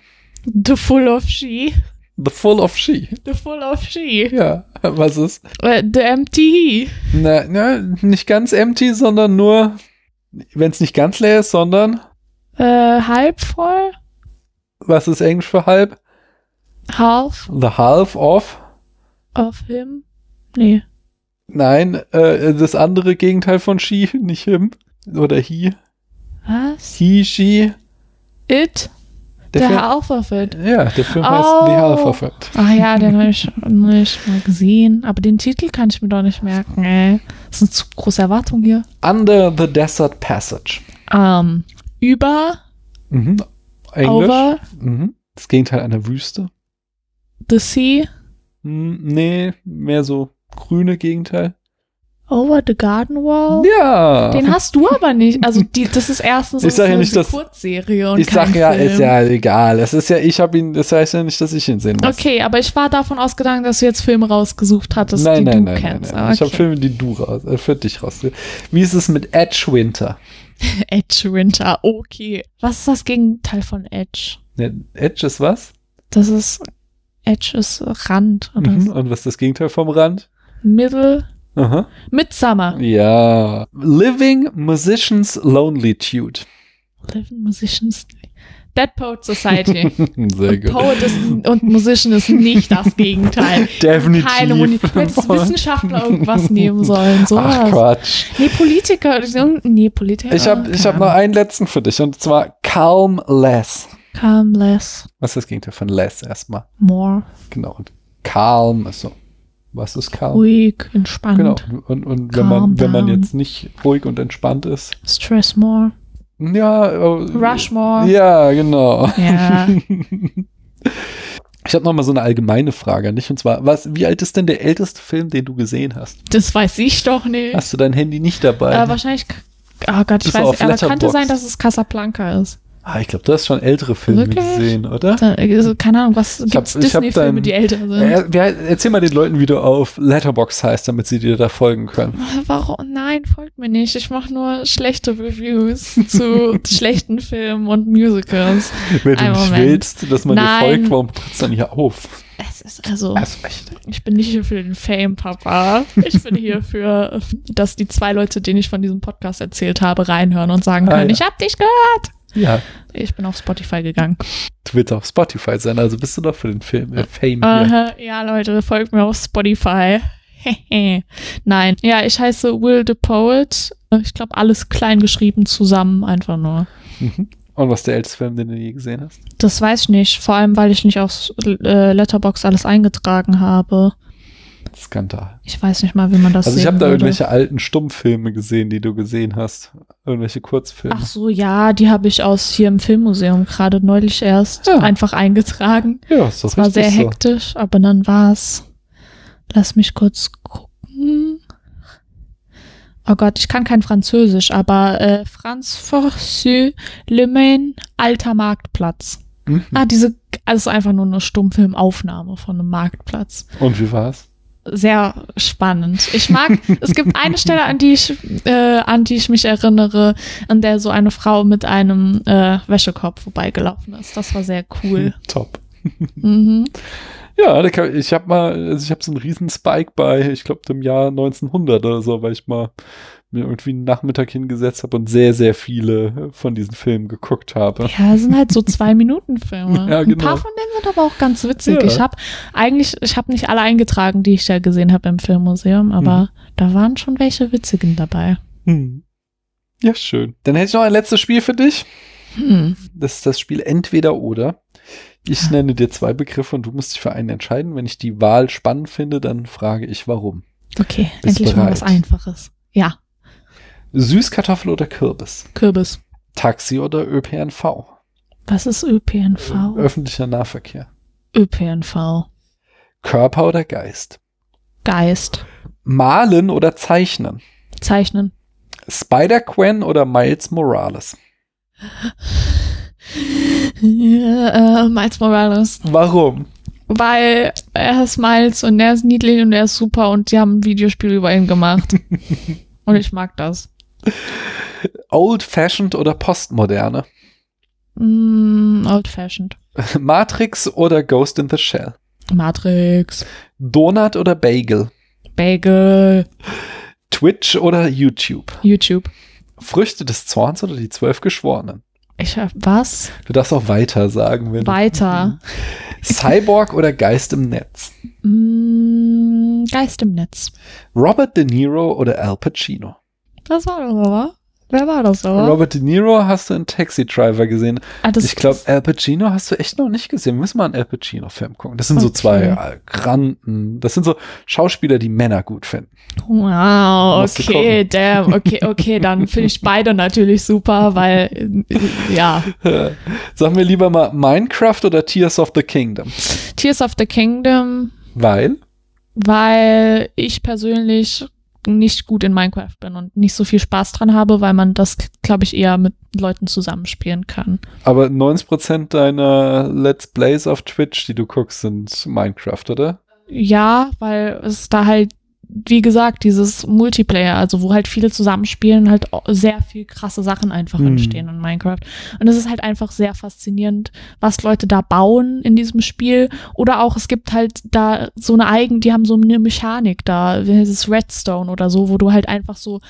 Speaker 2: The Full of She.
Speaker 3: The Full of She.
Speaker 2: The Full of She.
Speaker 3: Ja, was ist?
Speaker 2: Äh, The Empty He.
Speaker 3: Na, na, nicht ganz empty, sondern nur, wenn es nicht ganz leer ist, sondern,
Speaker 2: Äh, halb voll?
Speaker 3: was ist Englisch für halb?
Speaker 2: Half
Speaker 3: The half of.
Speaker 2: of him? Nee.
Speaker 3: Nein, äh, das andere Gegenteil von she, nicht him. Oder he.
Speaker 2: Was?
Speaker 3: He, she.
Speaker 2: It?
Speaker 3: Der
Speaker 2: the
Speaker 3: Film-
Speaker 2: half of it.
Speaker 3: Ja, der Film
Speaker 2: Oh.
Speaker 3: heißt The Half of It.
Speaker 2: Ach ja, den habe ich nicht mal gesehen. Aber den Titel kann ich mir doch nicht merken, ey. Das ist eine zu große Erwartung hier.
Speaker 3: Under the Desert Passage.
Speaker 2: Ähm, über,
Speaker 3: Mhm. Englisch.
Speaker 2: over,
Speaker 3: Mhm. Das Gegenteil einer Wüste.
Speaker 2: the sea,
Speaker 3: Hm, nee, mehr so grüne Gegenteil.
Speaker 2: over the garden wall.
Speaker 3: Ja.
Speaker 2: Oh. Den hast du aber nicht. Also die, das ist erstens
Speaker 3: Ah. Ich sag ja
Speaker 2: eine
Speaker 3: nicht, dass-
Speaker 2: Kurzserie und
Speaker 3: ich
Speaker 2: kein
Speaker 3: sag ja,
Speaker 2: Film.
Speaker 3: ist ja egal. Es ist ja, ich habe ihn, das heißt ja nicht, dass ich ihn sehen muss.
Speaker 2: Okay, aber ich war davon ausgegangen, dass du jetzt Filme rausgesucht hattest,
Speaker 3: nein,
Speaker 2: die
Speaker 3: nein,
Speaker 2: du
Speaker 3: nein,
Speaker 2: kennst.
Speaker 3: nein, nein. Ich habe
Speaker 2: okay.
Speaker 3: Filme, die du raus, äh, für dich raus. Wie ist es mit Edge Winter?
Speaker 2: Edge Winter, okay. Was ist das Gegenteil von Edge?
Speaker 3: Ne, Edge ist was?
Speaker 2: Das ist Edge ist Rand oder
Speaker 3: Mhm.
Speaker 2: mhm.
Speaker 3: Und was ist das Gegenteil vom Rand?
Speaker 2: Middle
Speaker 3: Aha.
Speaker 2: Midsummer.
Speaker 3: Ja. Living Musicians Lonelytude.
Speaker 2: Living Musicians Dead Poet Society.
Speaker 3: Sehr
Speaker 2: Und
Speaker 3: gut.
Speaker 2: Poet ist, und Musician ist nicht das Gegenteil.
Speaker 3: Definitiv.
Speaker 2: Keine Uni. Du hättest Wissenschaftler irgendwas nehmen sollen. So
Speaker 3: Ach
Speaker 2: was.
Speaker 3: Quatsch.
Speaker 2: Nee, Politiker. Nee, Politiker.
Speaker 3: Ich habe ich hab
Speaker 2: Keine
Speaker 3: noch einen letzten für dich und zwar Calm Less.
Speaker 2: Calm less,
Speaker 3: Was ist das Gegenteil von Less erstmal?
Speaker 2: more,
Speaker 3: Genau. Und Calm ist so. Was ist Calm?
Speaker 2: ruhig, entspannt,
Speaker 3: Genau. Und, und wenn,
Speaker 2: Calm
Speaker 3: man, wenn man
Speaker 2: down.
Speaker 3: jetzt nicht ruhig und entspannt ist.
Speaker 2: stress more,
Speaker 3: Ja. äh,
Speaker 2: rush more.
Speaker 3: Ja, genau.
Speaker 2: Oh. Ja.
Speaker 3: Ich habe noch mal so eine allgemeine Frage an dich und zwar, was, wie alt ist denn der älteste Film, den du gesehen hast?
Speaker 2: das weiß ich doch nicht.
Speaker 3: Hast du dein Handy nicht dabei?
Speaker 2: Äh, wahrscheinlich, oh Gott, ich
Speaker 3: Bist du
Speaker 2: weiß
Speaker 3: auf
Speaker 2: nicht, aber könnte
Speaker 3: Letterboxd?
Speaker 2: sein, dass es Casablanca ist.
Speaker 3: Ah, ich glaube, du hast schon ältere Filme
Speaker 2: Wirklich?
Speaker 3: gesehen, oder?
Speaker 2: Da, also, keine Ahnung, was
Speaker 3: Ich hab-
Speaker 2: gibt's
Speaker 3: ich hab
Speaker 2: Disney-Filme,
Speaker 3: dein-
Speaker 2: die älter sind?
Speaker 3: Äh, wer- Erzähl mal den Leuten, wie du auf Letterbox heißt, damit sie dir da folgen können.
Speaker 2: Warum? Nein, folgt mir nicht. Ich mache nur schlechte Reviews zu schlechten Filmen und Musicals.
Speaker 3: Wenn du
Speaker 2: Einen
Speaker 3: nicht
Speaker 2: Moment.
Speaker 3: willst, dass man
Speaker 2: Nein.
Speaker 3: dir folgt, warum trittst du dann hier auf?
Speaker 2: Es ist also,
Speaker 3: Also echt.
Speaker 2: ich bin nicht hier für den Fame, Papa. Ich bin hier für, dass die zwei Leute, denen ich von diesem Podcast erzählt habe, reinhören und sagen
Speaker 3: Ah,
Speaker 2: können,
Speaker 3: ja.
Speaker 2: ich hab dich gehört.
Speaker 3: Ja,
Speaker 2: Ich bin auf Spotify gegangen.
Speaker 3: du willst auf Spotify sein, also bist du doch für den Film äh, Fame hier.
Speaker 2: Aha, ja, Leute, folgt mir auf Spotify. Hehe. Nein. Ja, ich heiße Will the Poet. Ich glaube, alles klein geschrieben zusammen einfach nur.
Speaker 3: Mhm. Und was ist der älteste Film, den du je gesehen hast?
Speaker 2: Das weiß ich nicht. Vor allem, weil ich nicht auf äh, Letterbox alles eingetragen habe.
Speaker 3: Skandal.
Speaker 2: Ich weiß nicht mal, wie man das
Speaker 3: also ich
Speaker 2: sehen
Speaker 3: habe da
Speaker 2: würde.
Speaker 3: irgendwelche alten Stummfilme gesehen, die du gesehen hast. Irgendwelche Kurzfilme.
Speaker 2: Ach so, ja, die habe ich aus hier im Filmmuseum gerade neulich erst
Speaker 3: Ja.
Speaker 2: einfach eingetragen.
Speaker 3: ja, ist
Speaker 2: Es
Speaker 3: doch
Speaker 2: war
Speaker 3: richtig
Speaker 2: sehr
Speaker 3: so.
Speaker 2: hektisch, aber dann war's. Lass mich kurz gucken. Oh Gott, ich kann kein Französisch, aber äh, Franz Forcy Le Main, Alter Marktplatz.
Speaker 3: Mhm.
Speaker 2: Ah, diese, also es ist einfach nur eine Stummfilmaufnahme von einem Marktplatz.
Speaker 3: Und wie war's?
Speaker 2: Sehr spannend. Ich mag, es gibt eine Stelle, an die ich, äh, an die ich mich erinnere, an der so eine Frau mit einem äh, Wäschekorb vorbeigelaufen ist. Das war sehr cool.
Speaker 3: Top.
Speaker 2: Mhm.
Speaker 3: Ja, da kann, ich habe mal, also ich habe so einen riesen Spike bei, ich glaube, dem Jahr 1900 oder so, weil ich mal mir irgendwie einen Nachmittag hingesetzt habe und sehr, sehr viele von diesen Filmen geguckt habe.
Speaker 2: Ja, das sind halt so zwei Minuten Filme.
Speaker 3: Ja,
Speaker 2: Ein
Speaker 3: genau.
Speaker 2: paar von denen sind aber auch ganz witzig.
Speaker 3: Ja.
Speaker 2: Ich habe eigentlich, ich habe nicht alle eingetragen, die ich da gesehen habe im Filmmuseum,
Speaker 3: Mhm.
Speaker 2: aber da waren schon welche witzigen dabei.
Speaker 3: Hm. Ja, schön. Dann hätte ich noch ein letztes Spiel für dich.
Speaker 2: Hm.
Speaker 3: Das ist das Spiel Entweder oder. Ich nenne dir zwei Begriffe und du musst dich für einen entscheiden. Wenn ich die Wahl spannend finde, dann frage ich warum.
Speaker 2: Okay,
Speaker 3: Bist
Speaker 2: endlich mal
Speaker 3: bereit?
Speaker 2: was Einfaches. Ja,
Speaker 3: Süßkartoffel oder Kürbis?
Speaker 2: Kürbis.
Speaker 3: Taxi oder ÖPNV?
Speaker 2: Was ist
Speaker 3: Äh,
Speaker 2: ÖPNV?
Speaker 3: Öffentlicher Nahverkehr.
Speaker 2: ÖPNV.
Speaker 3: Körper oder Geist?
Speaker 2: Geist.
Speaker 3: Malen oder Zeichnen?
Speaker 2: Zeichnen.
Speaker 3: Spider-Quen oder Miles Morales?
Speaker 2: Äh, Miles Morales.
Speaker 3: Warum?
Speaker 2: Weil er ist Miles und er ist niedlich und er ist super und die haben ein Videospiel über ihn gemacht. und ich mag das.
Speaker 3: Old-fashioned oder postmoderne?
Speaker 2: Mm, old fashioned.
Speaker 3: Matrix oder Ghost in the Shell?
Speaker 2: Matrix,
Speaker 3: Donut oder Bagel?
Speaker 2: Bagel,
Speaker 3: Twitch oder YouTube?
Speaker 2: YouTube.
Speaker 3: Früchte des Zorns oder die zwölf Geschworenen?
Speaker 2: Ich hab was?
Speaker 3: Du darfst auch weiter sagen, wenn
Speaker 2: Weiter.
Speaker 3: Cyborg oder Geist im Netz?
Speaker 2: Mm, Geist im Netz.
Speaker 3: Robert De Niro oder Al Pacino?
Speaker 2: Das war doch aber. Wer war das aber?
Speaker 3: Robert De Niro hast du in Taxi Driver gesehen.
Speaker 2: Ah, das-
Speaker 3: ich glaube, Al Pacino hast du echt noch nicht gesehen. Wir müssen mal einen Al Pacino-Film gucken. Das sind so
Speaker 2: Okay.
Speaker 3: zwei äh, Granten. Das sind so Schauspieler, die Männer gut finden.
Speaker 2: Wow,
Speaker 3: Musst du
Speaker 2: okay, damn, okay, okay, dann finde ich beide natürlich super, weil, äh, ja.
Speaker 3: Äh, Sagen wir lieber mal Minecraft oder Tears of the Kingdom?
Speaker 2: Tears of the Kingdom,
Speaker 3: Weil
Speaker 2: weil ich persönlich nicht gut in Minecraft bin und nicht so viel Spaß dran habe, weil man das, glaube ich, eher mit Leuten zusammenspielen kann.
Speaker 3: Aber 90% deiner Let's Plays auf Twitch, die du guckst, sind Minecraft, oder?
Speaker 2: Ja, weil es da halt, wie gesagt, dieses Multiplayer, also wo halt viele zusammenspielen, halt o- sehr viel krasse Sachen einfach
Speaker 3: Mhm.
Speaker 1: Hm.
Speaker 2: entstehen in Minecraft. Und es ist halt einfach sehr faszinierend, was Leute da bauen in diesem Spiel. Oder auch, es gibt halt da so eine eigen, die haben so eine Mechanik da, wie heißt es Redstone oder so, wo du halt einfach so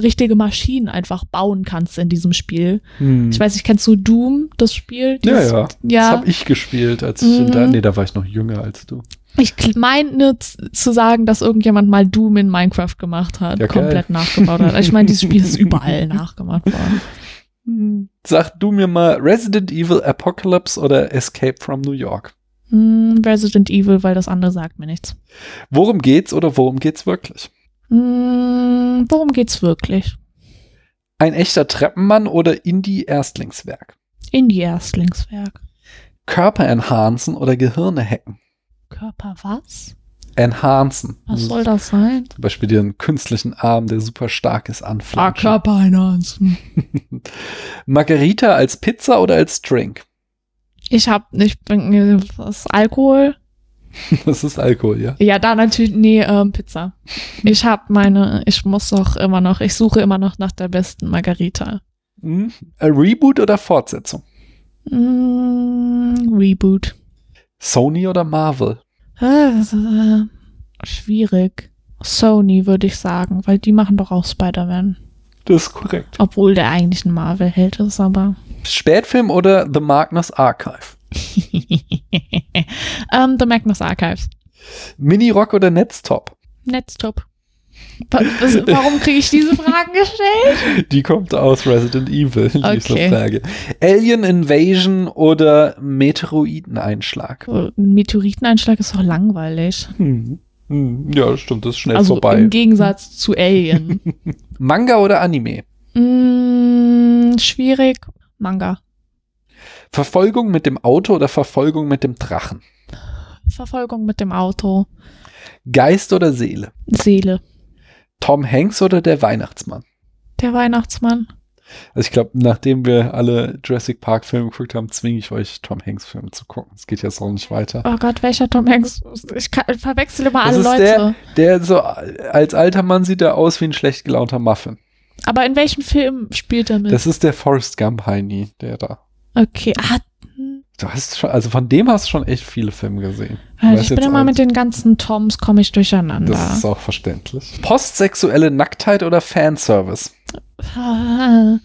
Speaker 2: richtige Maschinen einfach bauen kannst in diesem Spiel. Hm. Ich weiß nicht, kennst du Doom, das Spiel?
Speaker 3: Mhm. ja,
Speaker 2: Dieses-
Speaker 3: ja. Das
Speaker 2: ja.
Speaker 3: habe ich gespielt, als ich in
Speaker 2: Mhm.
Speaker 3: da, nee, da war ich noch jünger als du.
Speaker 2: Ich meine z- zu sagen, dass irgendjemand mal Doom in Minecraft gemacht hat,
Speaker 3: Ja, geil.
Speaker 2: komplett nachgebaut hat. Ich meine, dieses Spiel ist überall nachgemacht worden.
Speaker 3: Hm. Sag du mir mal Resident Evil Apocalypse oder Escape from New York.
Speaker 2: Hm, Resident Evil, weil das andere sagt mir nichts.
Speaker 3: Worum geht's oder worum geht's wirklich?
Speaker 2: Hm, worum geht's wirklich?
Speaker 3: Ein echter Treppenmann oder Indie-Erstlingswerk?
Speaker 2: Indie-Erstlingswerk.
Speaker 3: Körper enhancen oder Gehirne hacken?
Speaker 2: Körper was?
Speaker 3: Enhancen. Hm.
Speaker 2: Was soll das sein?
Speaker 3: Zum Beispiel dir einen künstlichen Arm, der super stark ist,
Speaker 2: Ah,
Speaker 3: anflanschen.
Speaker 2: Körper enhancen.
Speaker 3: Margarita als Pizza oder als Drink?
Speaker 2: Ich hab, ich bin, was, Alkohol?
Speaker 3: Das ist Alkohol, ja.
Speaker 2: Ja, da natürlich, nee, ähm, Pizza. Ich hab meine, ich muss doch immer noch, ich suche immer noch nach der besten Margarita.
Speaker 3: Mhm. Ein Reboot oder Fortsetzung?
Speaker 2: Mm, Reboot.
Speaker 3: Sony oder Marvel?
Speaker 2: Ah, das ist, äh, Schwierig. Sony würde ich sagen, weil die machen doch auch Spider-Man.
Speaker 3: Das ist korrekt.
Speaker 2: Obwohl der eigentlich ein Marvel-Held ist, aber.
Speaker 3: Spätfilm oder The Magnus Archive?
Speaker 2: ähm, The Magnus Archives.
Speaker 3: Mini-Rock oder Netztop?
Speaker 2: Netztop. Wa- was- Warum kriege ich diese Fragen gestellt?
Speaker 3: Die kommt aus Resident Evil, diese
Speaker 2: Okay.
Speaker 3: Frage. Alien Invasion oder Meteoriteneinschlag?
Speaker 2: Äh, Ein Meteoriteneinschlag ist doch langweilig.
Speaker 3: Hm. Hm. Ja, das stimmt, das ist schnell
Speaker 2: also
Speaker 3: vorbei.
Speaker 2: im Gegensatz zu Alien.
Speaker 3: Manga oder Anime?
Speaker 2: mm, schwierig. Manga.
Speaker 3: Verfolgung mit dem Auto oder Verfolgung mit dem Drachen?
Speaker 2: Verfolgung mit dem Auto.
Speaker 3: Geist oder Seele?
Speaker 2: Seele.
Speaker 3: Tom Hanks oder der Weihnachtsmann?
Speaker 2: Der Weihnachtsmann.
Speaker 3: Also ich glaube, nachdem wir alle Jurassic Park Filme geguckt haben, zwinge ich euch, Tom Hanks Filme zu gucken. Es geht jetzt auch nicht weiter.
Speaker 2: Oh Gott, welcher Tom Hanks? Ich kann, ich verwechsel immer
Speaker 3: Das
Speaker 2: alle
Speaker 3: ist
Speaker 2: Leute.
Speaker 3: der- Der so, als alter Mann sieht er aus wie ein schlecht gelaunter Muffin.
Speaker 2: Aber in welchem Film spielt er mit?
Speaker 3: Das ist der Forrest Gump Heini, der da.
Speaker 2: okay, ah, hm.
Speaker 3: Du hast schon, also von dem hast du schon echt viele Filme gesehen.
Speaker 2: also
Speaker 3: weiß
Speaker 2: ich bin
Speaker 3: jetzt
Speaker 2: immer
Speaker 3: auch-
Speaker 2: mit den ganzen Toms komme ich durcheinander.
Speaker 3: Das ist auch verständlich. Postsexuelle Nacktheit oder Fanservice?
Speaker 2: Ah,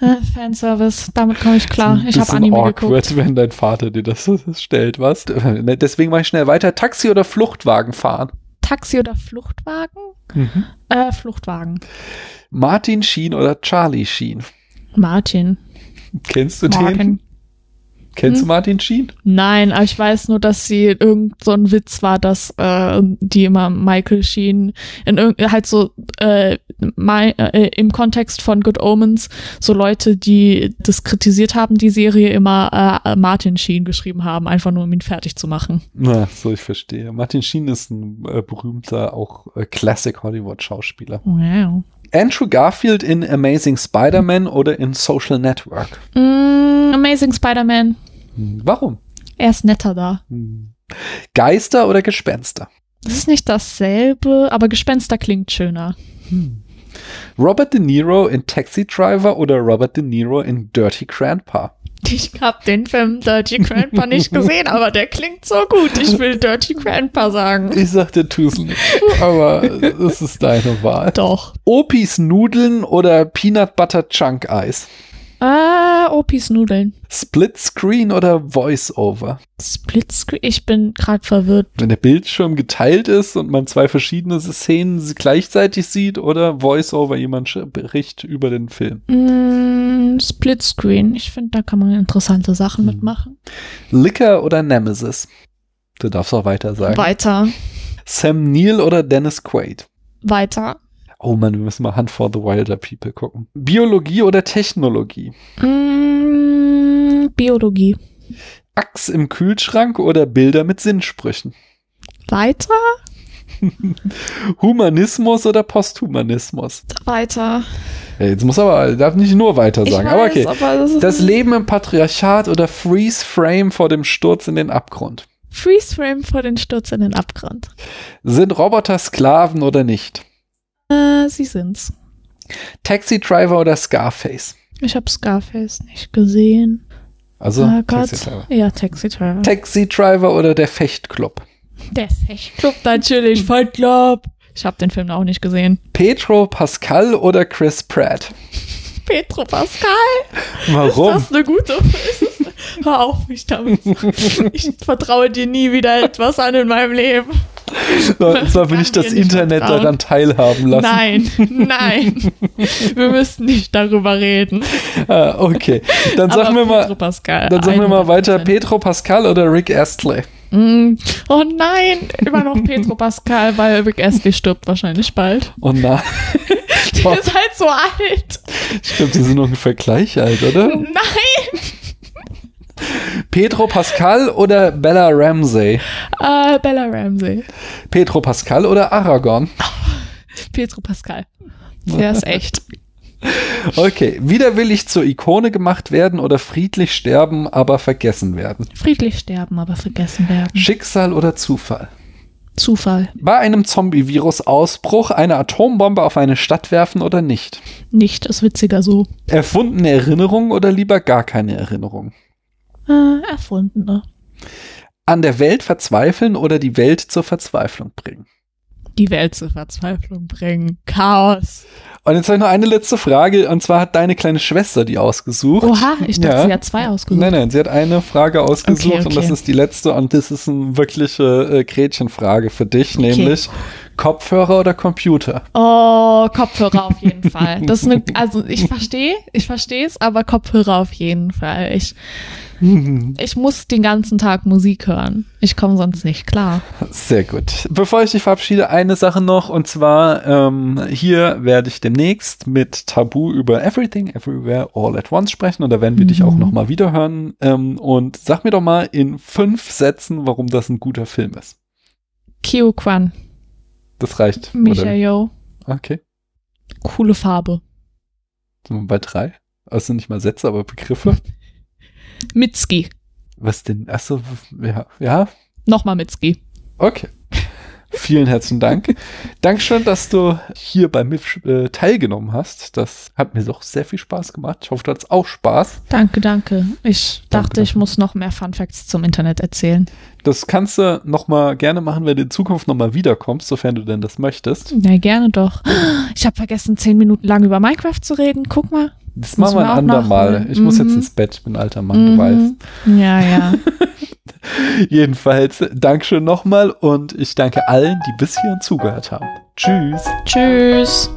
Speaker 2: äh, Fanservice, damit komme ich klar.
Speaker 3: Ein
Speaker 2: Ich habe
Speaker 3: bisschen
Speaker 2: Anime
Speaker 3: awkward,
Speaker 2: geguckt.
Speaker 3: wenn dein Vater dir das stellt, was? Deswegen mache ich schnell weiter. Taxi oder Fluchtwagen fahren?
Speaker 2: Taxi oder Fluchtwagen? Äh, Fluchtwagen.
Speaker 3: Martin Sheen oder Charlie Sheen?
Speaker 2: Martin.
Speaker 3: Kennst du den?
Speaker 2: Martin. Hm?
Speaker 3: Kennst du Martin Sheen?
Speaker 2: Nein, aber ich weiß nur, dass sie irgend so ein Witz war, dass äh, die immer Michael Sheen in irgend halt so äh, Mi- äh, im Kontext von Good Omens so Leute, die das kritisiert haben, die Serie immer äh, Martin Sheen geschrieben haben, einfach nur um ihn fertig zu machen.
Speaker 3: Na, so ich verstehe. Martin Sheen ist ein äh, berühmter, auch äh, Classic Hollywood Schauspieler.
Speaker 2: Wow.
Speaker 3: Andrew Garfield in Amazing Spider-Man oder in Social Network?
Speaker 2: Mm, Amazing Spider-Man,
Speaker 3: Hm, Warum?
Speaker 2: er ist netter da.
Speaker 3: Hm. Geister oder Gespenster?
Speaker 2: Das ist nicht dasselbe, aber Gespenster klingt schöner.
Speaker 3: Robert De Niro in Taxi Driver oder Robert De Niro in Dirty Grandpa?
Speaker 2: Ich habe den Film Dirty Grandpa nicht gesehen, aber der klingt so gut. Ich will Dirty Grandpa sagen.
Speaker 3: Ich sagte Tusen nicht, aber es ist deine Wahl.
Speaker 2: Doch.
Speaker 3: Opis Nudeln oder Peanut Butter Chunk Eis?
Speaker 2: Äh, Opis Nudeln.
Speaker 3: Split Screen oder Voice-Over?
Speaker 2: Splitscreen. Ich bin gerade verwirrt.
Speaker 3: Wenn der Bildschirm geteilt ist und man zwei verschiedene Szenen gleichzeitig sieht oder Voice-Over jemand sch- bericht über den Film.
Speaker 2: Mm, Splitscreen. Ich finde, da kann man interessante Sachen
Speaker 3: Mhm.
Speaker 2: mitmachen.
Speaker 3: Licker oder Nemesis? Du darfst auch weiter sagen.
Speaker 2: Weiter.
Speaker 3: Sam Neill oder Dennis Quaid?
Speaker 2: Weiter.
Speaker 3: Oh Mann, wir müssen mal Hunt for the Wilder People gucken. Biologie oder Technologie?
Speaker 2: Mm, Biologie.
Speaker 3: Axt im Kühlschrank oder Bilder mit Sinnsprüchen?
Speaker 2: Weiter.
Speaker 3: Humanismus oder Posthumanismus?
Speaker 2: Weiter.
Speaker 3: Ja, Jetzt muss aber, darf nicht nur weiter
Speaker 2: Ich
Speaker 3: sagen,
Speaker 2: weiß,
Speaker 3: aber okay.
Speaker 2: aber das ist
Speaker 3: Das Leben im Patriarchat oder Freeze Frame vor dem Sturz in den Abgrund.
Speaker 2: Freeze Frame vor den Sturz in den Abgrund.
Speaker 3: Sind Roboter Sklaven oder nicht?
Speaker 2: Äh, sie sind's.
Speaker 3: Taxi Driver oder Scarface?
Speaker 2: Ich habe Scarface nicht gesehen.
Speaker 3: Also
Speaker 2: oh Gott.
Speaker 3: Taxi Driver.
Speaker 2: Ja, Taxi Driver.
Speaker 3: Taxi Driver oder der Fechtclub?
Speaker 2: Der Fechtclub natürlich, Fight Club. Ich habe den Film auch nicht gesehen.
Speaker 3: Petro Pascal oder Chris Pratt?
Speaker 2: Petro Pascal,
Speaker 3: Warum?
Speaker 2: ist das eine gute? Ist es- Hör auf mich damit. Ich vertraue dir nie wieder etwas an in meinem Leben.
Speaker 3: Und zwar will ich
Speaker 2: Kann
Speaker 3: das
Speaker 2: dir nicht
Speaker 3: Internet
Speaker 2: vertrauen.
Speaker 3: daran teilhaben lassen.
Speaker 2: Nein, nein. Wir müssen nicht darüber reden.
Speaker 3: Ah, okay. Dann
Speaker 2: Aber
Speaker 3: sag mir
Speaker 2: Petro
Speaker 3: mal,
Speaker 2: Pascal.
Speaker 3: dann sag mir mal weiter
Speaker 2: 100%.
Speaker 3: Petro Pascal oder Rick Astley.
Speaker 2: Mm. Oh nein, immer noch Petro Pascal, weil Rick Astley stirbt wahrscheinlich bald.
Speaker 3: Oh nein.
Speaker 2: Der ist halt so alt.
Speaker 3: Stimmt, die sind ungefähr gleich alt, oder?
Speaker 2: Nein.
Speaker 3: Petro Pascal oder Bella Ramsey?
Speaker 2: Äh, Bella Ramsey.
Speaker 3: Petro Pascal oder Aragorn?
Speaker 2: Petro Pascal. Der ist echt.
Speaker 3: Okay, wieder will ich zur Ikone gemacht werden oder friedlich sterben, aber vergessen werden.
Speaker 2: Friedlich sterben, aber vergessen werden.
Speaker 3: Schicksal oder Zufall?
Speaker 2: Zufall.
Speaker 3: Bei einem Zombie-Virus-Ausbruch eine Atombombe auf eine Stadt werfen oder nicht?
Speaker 2: Nicht ist witziger so.
Speaker 3: Erfundene Erinnerung oder lieber gar keine Erinnerung?
Speaker 2: Äh, erfundene.
Speaker 3: An der Welt verzweifeln oder die Welt zur Verzweiflung bringen?
Speaker 2: Die Welt zur Verzweiflung bringen. Chaos.
Speaker 3: Und jetzt habe ich noch eine letzte Frage, und zwar hat deine kleine Schwester die ausgesucht.
Speaker 2: Oha, ich dachte,
Speaker 3: Ja.
Speaker 2: sie hat zwei ausgesucht.
Speaker 3: Nein, nein, sie hat eine Frage ausgesucht
Speaker 2: Okay, okay.
Speaker 3: und das ist die letzte und das ist eine wirkliche äh, Gretchenfrage für dich, nämlich Kopfhörer oder Computer?
Speaker 2: Oh, Kopfhörer auf jeden Fall. Das ist eine, also ich verstehe, ich verstehe es, aber Kopfhörer auf jeden Fall. Ich, ich muss den ganzen Tag Musik hören. Ich komme sonst nicht klar.
Speaker 3: Sehr gut. Bevor ich dich verabschiede, eine Sache noch und zwar ähm, hier werde ich demnächst mit Tabu über Everything, Everywhere, All at Once sprechen und da werden wir dich
Speaker 2: Mhm.
Speaker 3: auch nochmal wiederhören ähm, und sag mir doch mal in fünf Sätzen, warum das ein guter Film ist.
Speaker 2: Kyo Kwan,
Speaker 3: Das reicht.
Speaker 2: Michael,
Speaker 3: Oder? Okay.
Speaker 2: coole Farbe.
Speaker 3: Sind wir bei drei? Also nicht mal Sätze, aber Begriffe.
Speaker 2: Mitski,
Speaker 3: Was denn? Achso, ja, ja,
Speaker 2: nochmal Mitski.
Speaker 3: okay. Vielen herzlichen Dank. Dankeschön, dass du hier bei mir äh, teilgenommen hast. Das hat mir doch sehr viel Spaß gemacht. Ich hoffe, du hattest auch Spaß.
Speaker 2: Danke, danke. Ich
Speaker 3: Danke,
Speaker 2: dachte, ich
Speaker 3: danke.
Speaker 2: muss noch mehr Fun Facts zum Internet erzählen.
Speaker 3: Das kannst du nochmal gerne machen, wenn du in Zukunft nochmal wiederkommst, sofern du denn das möchtest.
Speaker 2: Na, gerne doch. Ich habe vergessen, zehn Minuten lang über Minecraft zu reden. Guck mal.
Speaker 3: Das
Speaker 2: Muss
Speaker 3: machen
Speaker 2: man
Speaker 3: wir ein
Speaker 2: auch
Speaker 3: andermal.
Speaker 2: nachholen.
Speaker 3: Ich muss jetzt
Speaker 2: Mhm.
Speaker 3: ins Bett, ich bin alter Mann, du weißt.
Speaker 2: Mhm. Ja, ja.
Speaker 3: Jedenfalls, Dankeschön nochmal und ich danke allen, die bis hierhin zugehört haben. Tschüss.
Speaker 2: Tschüss.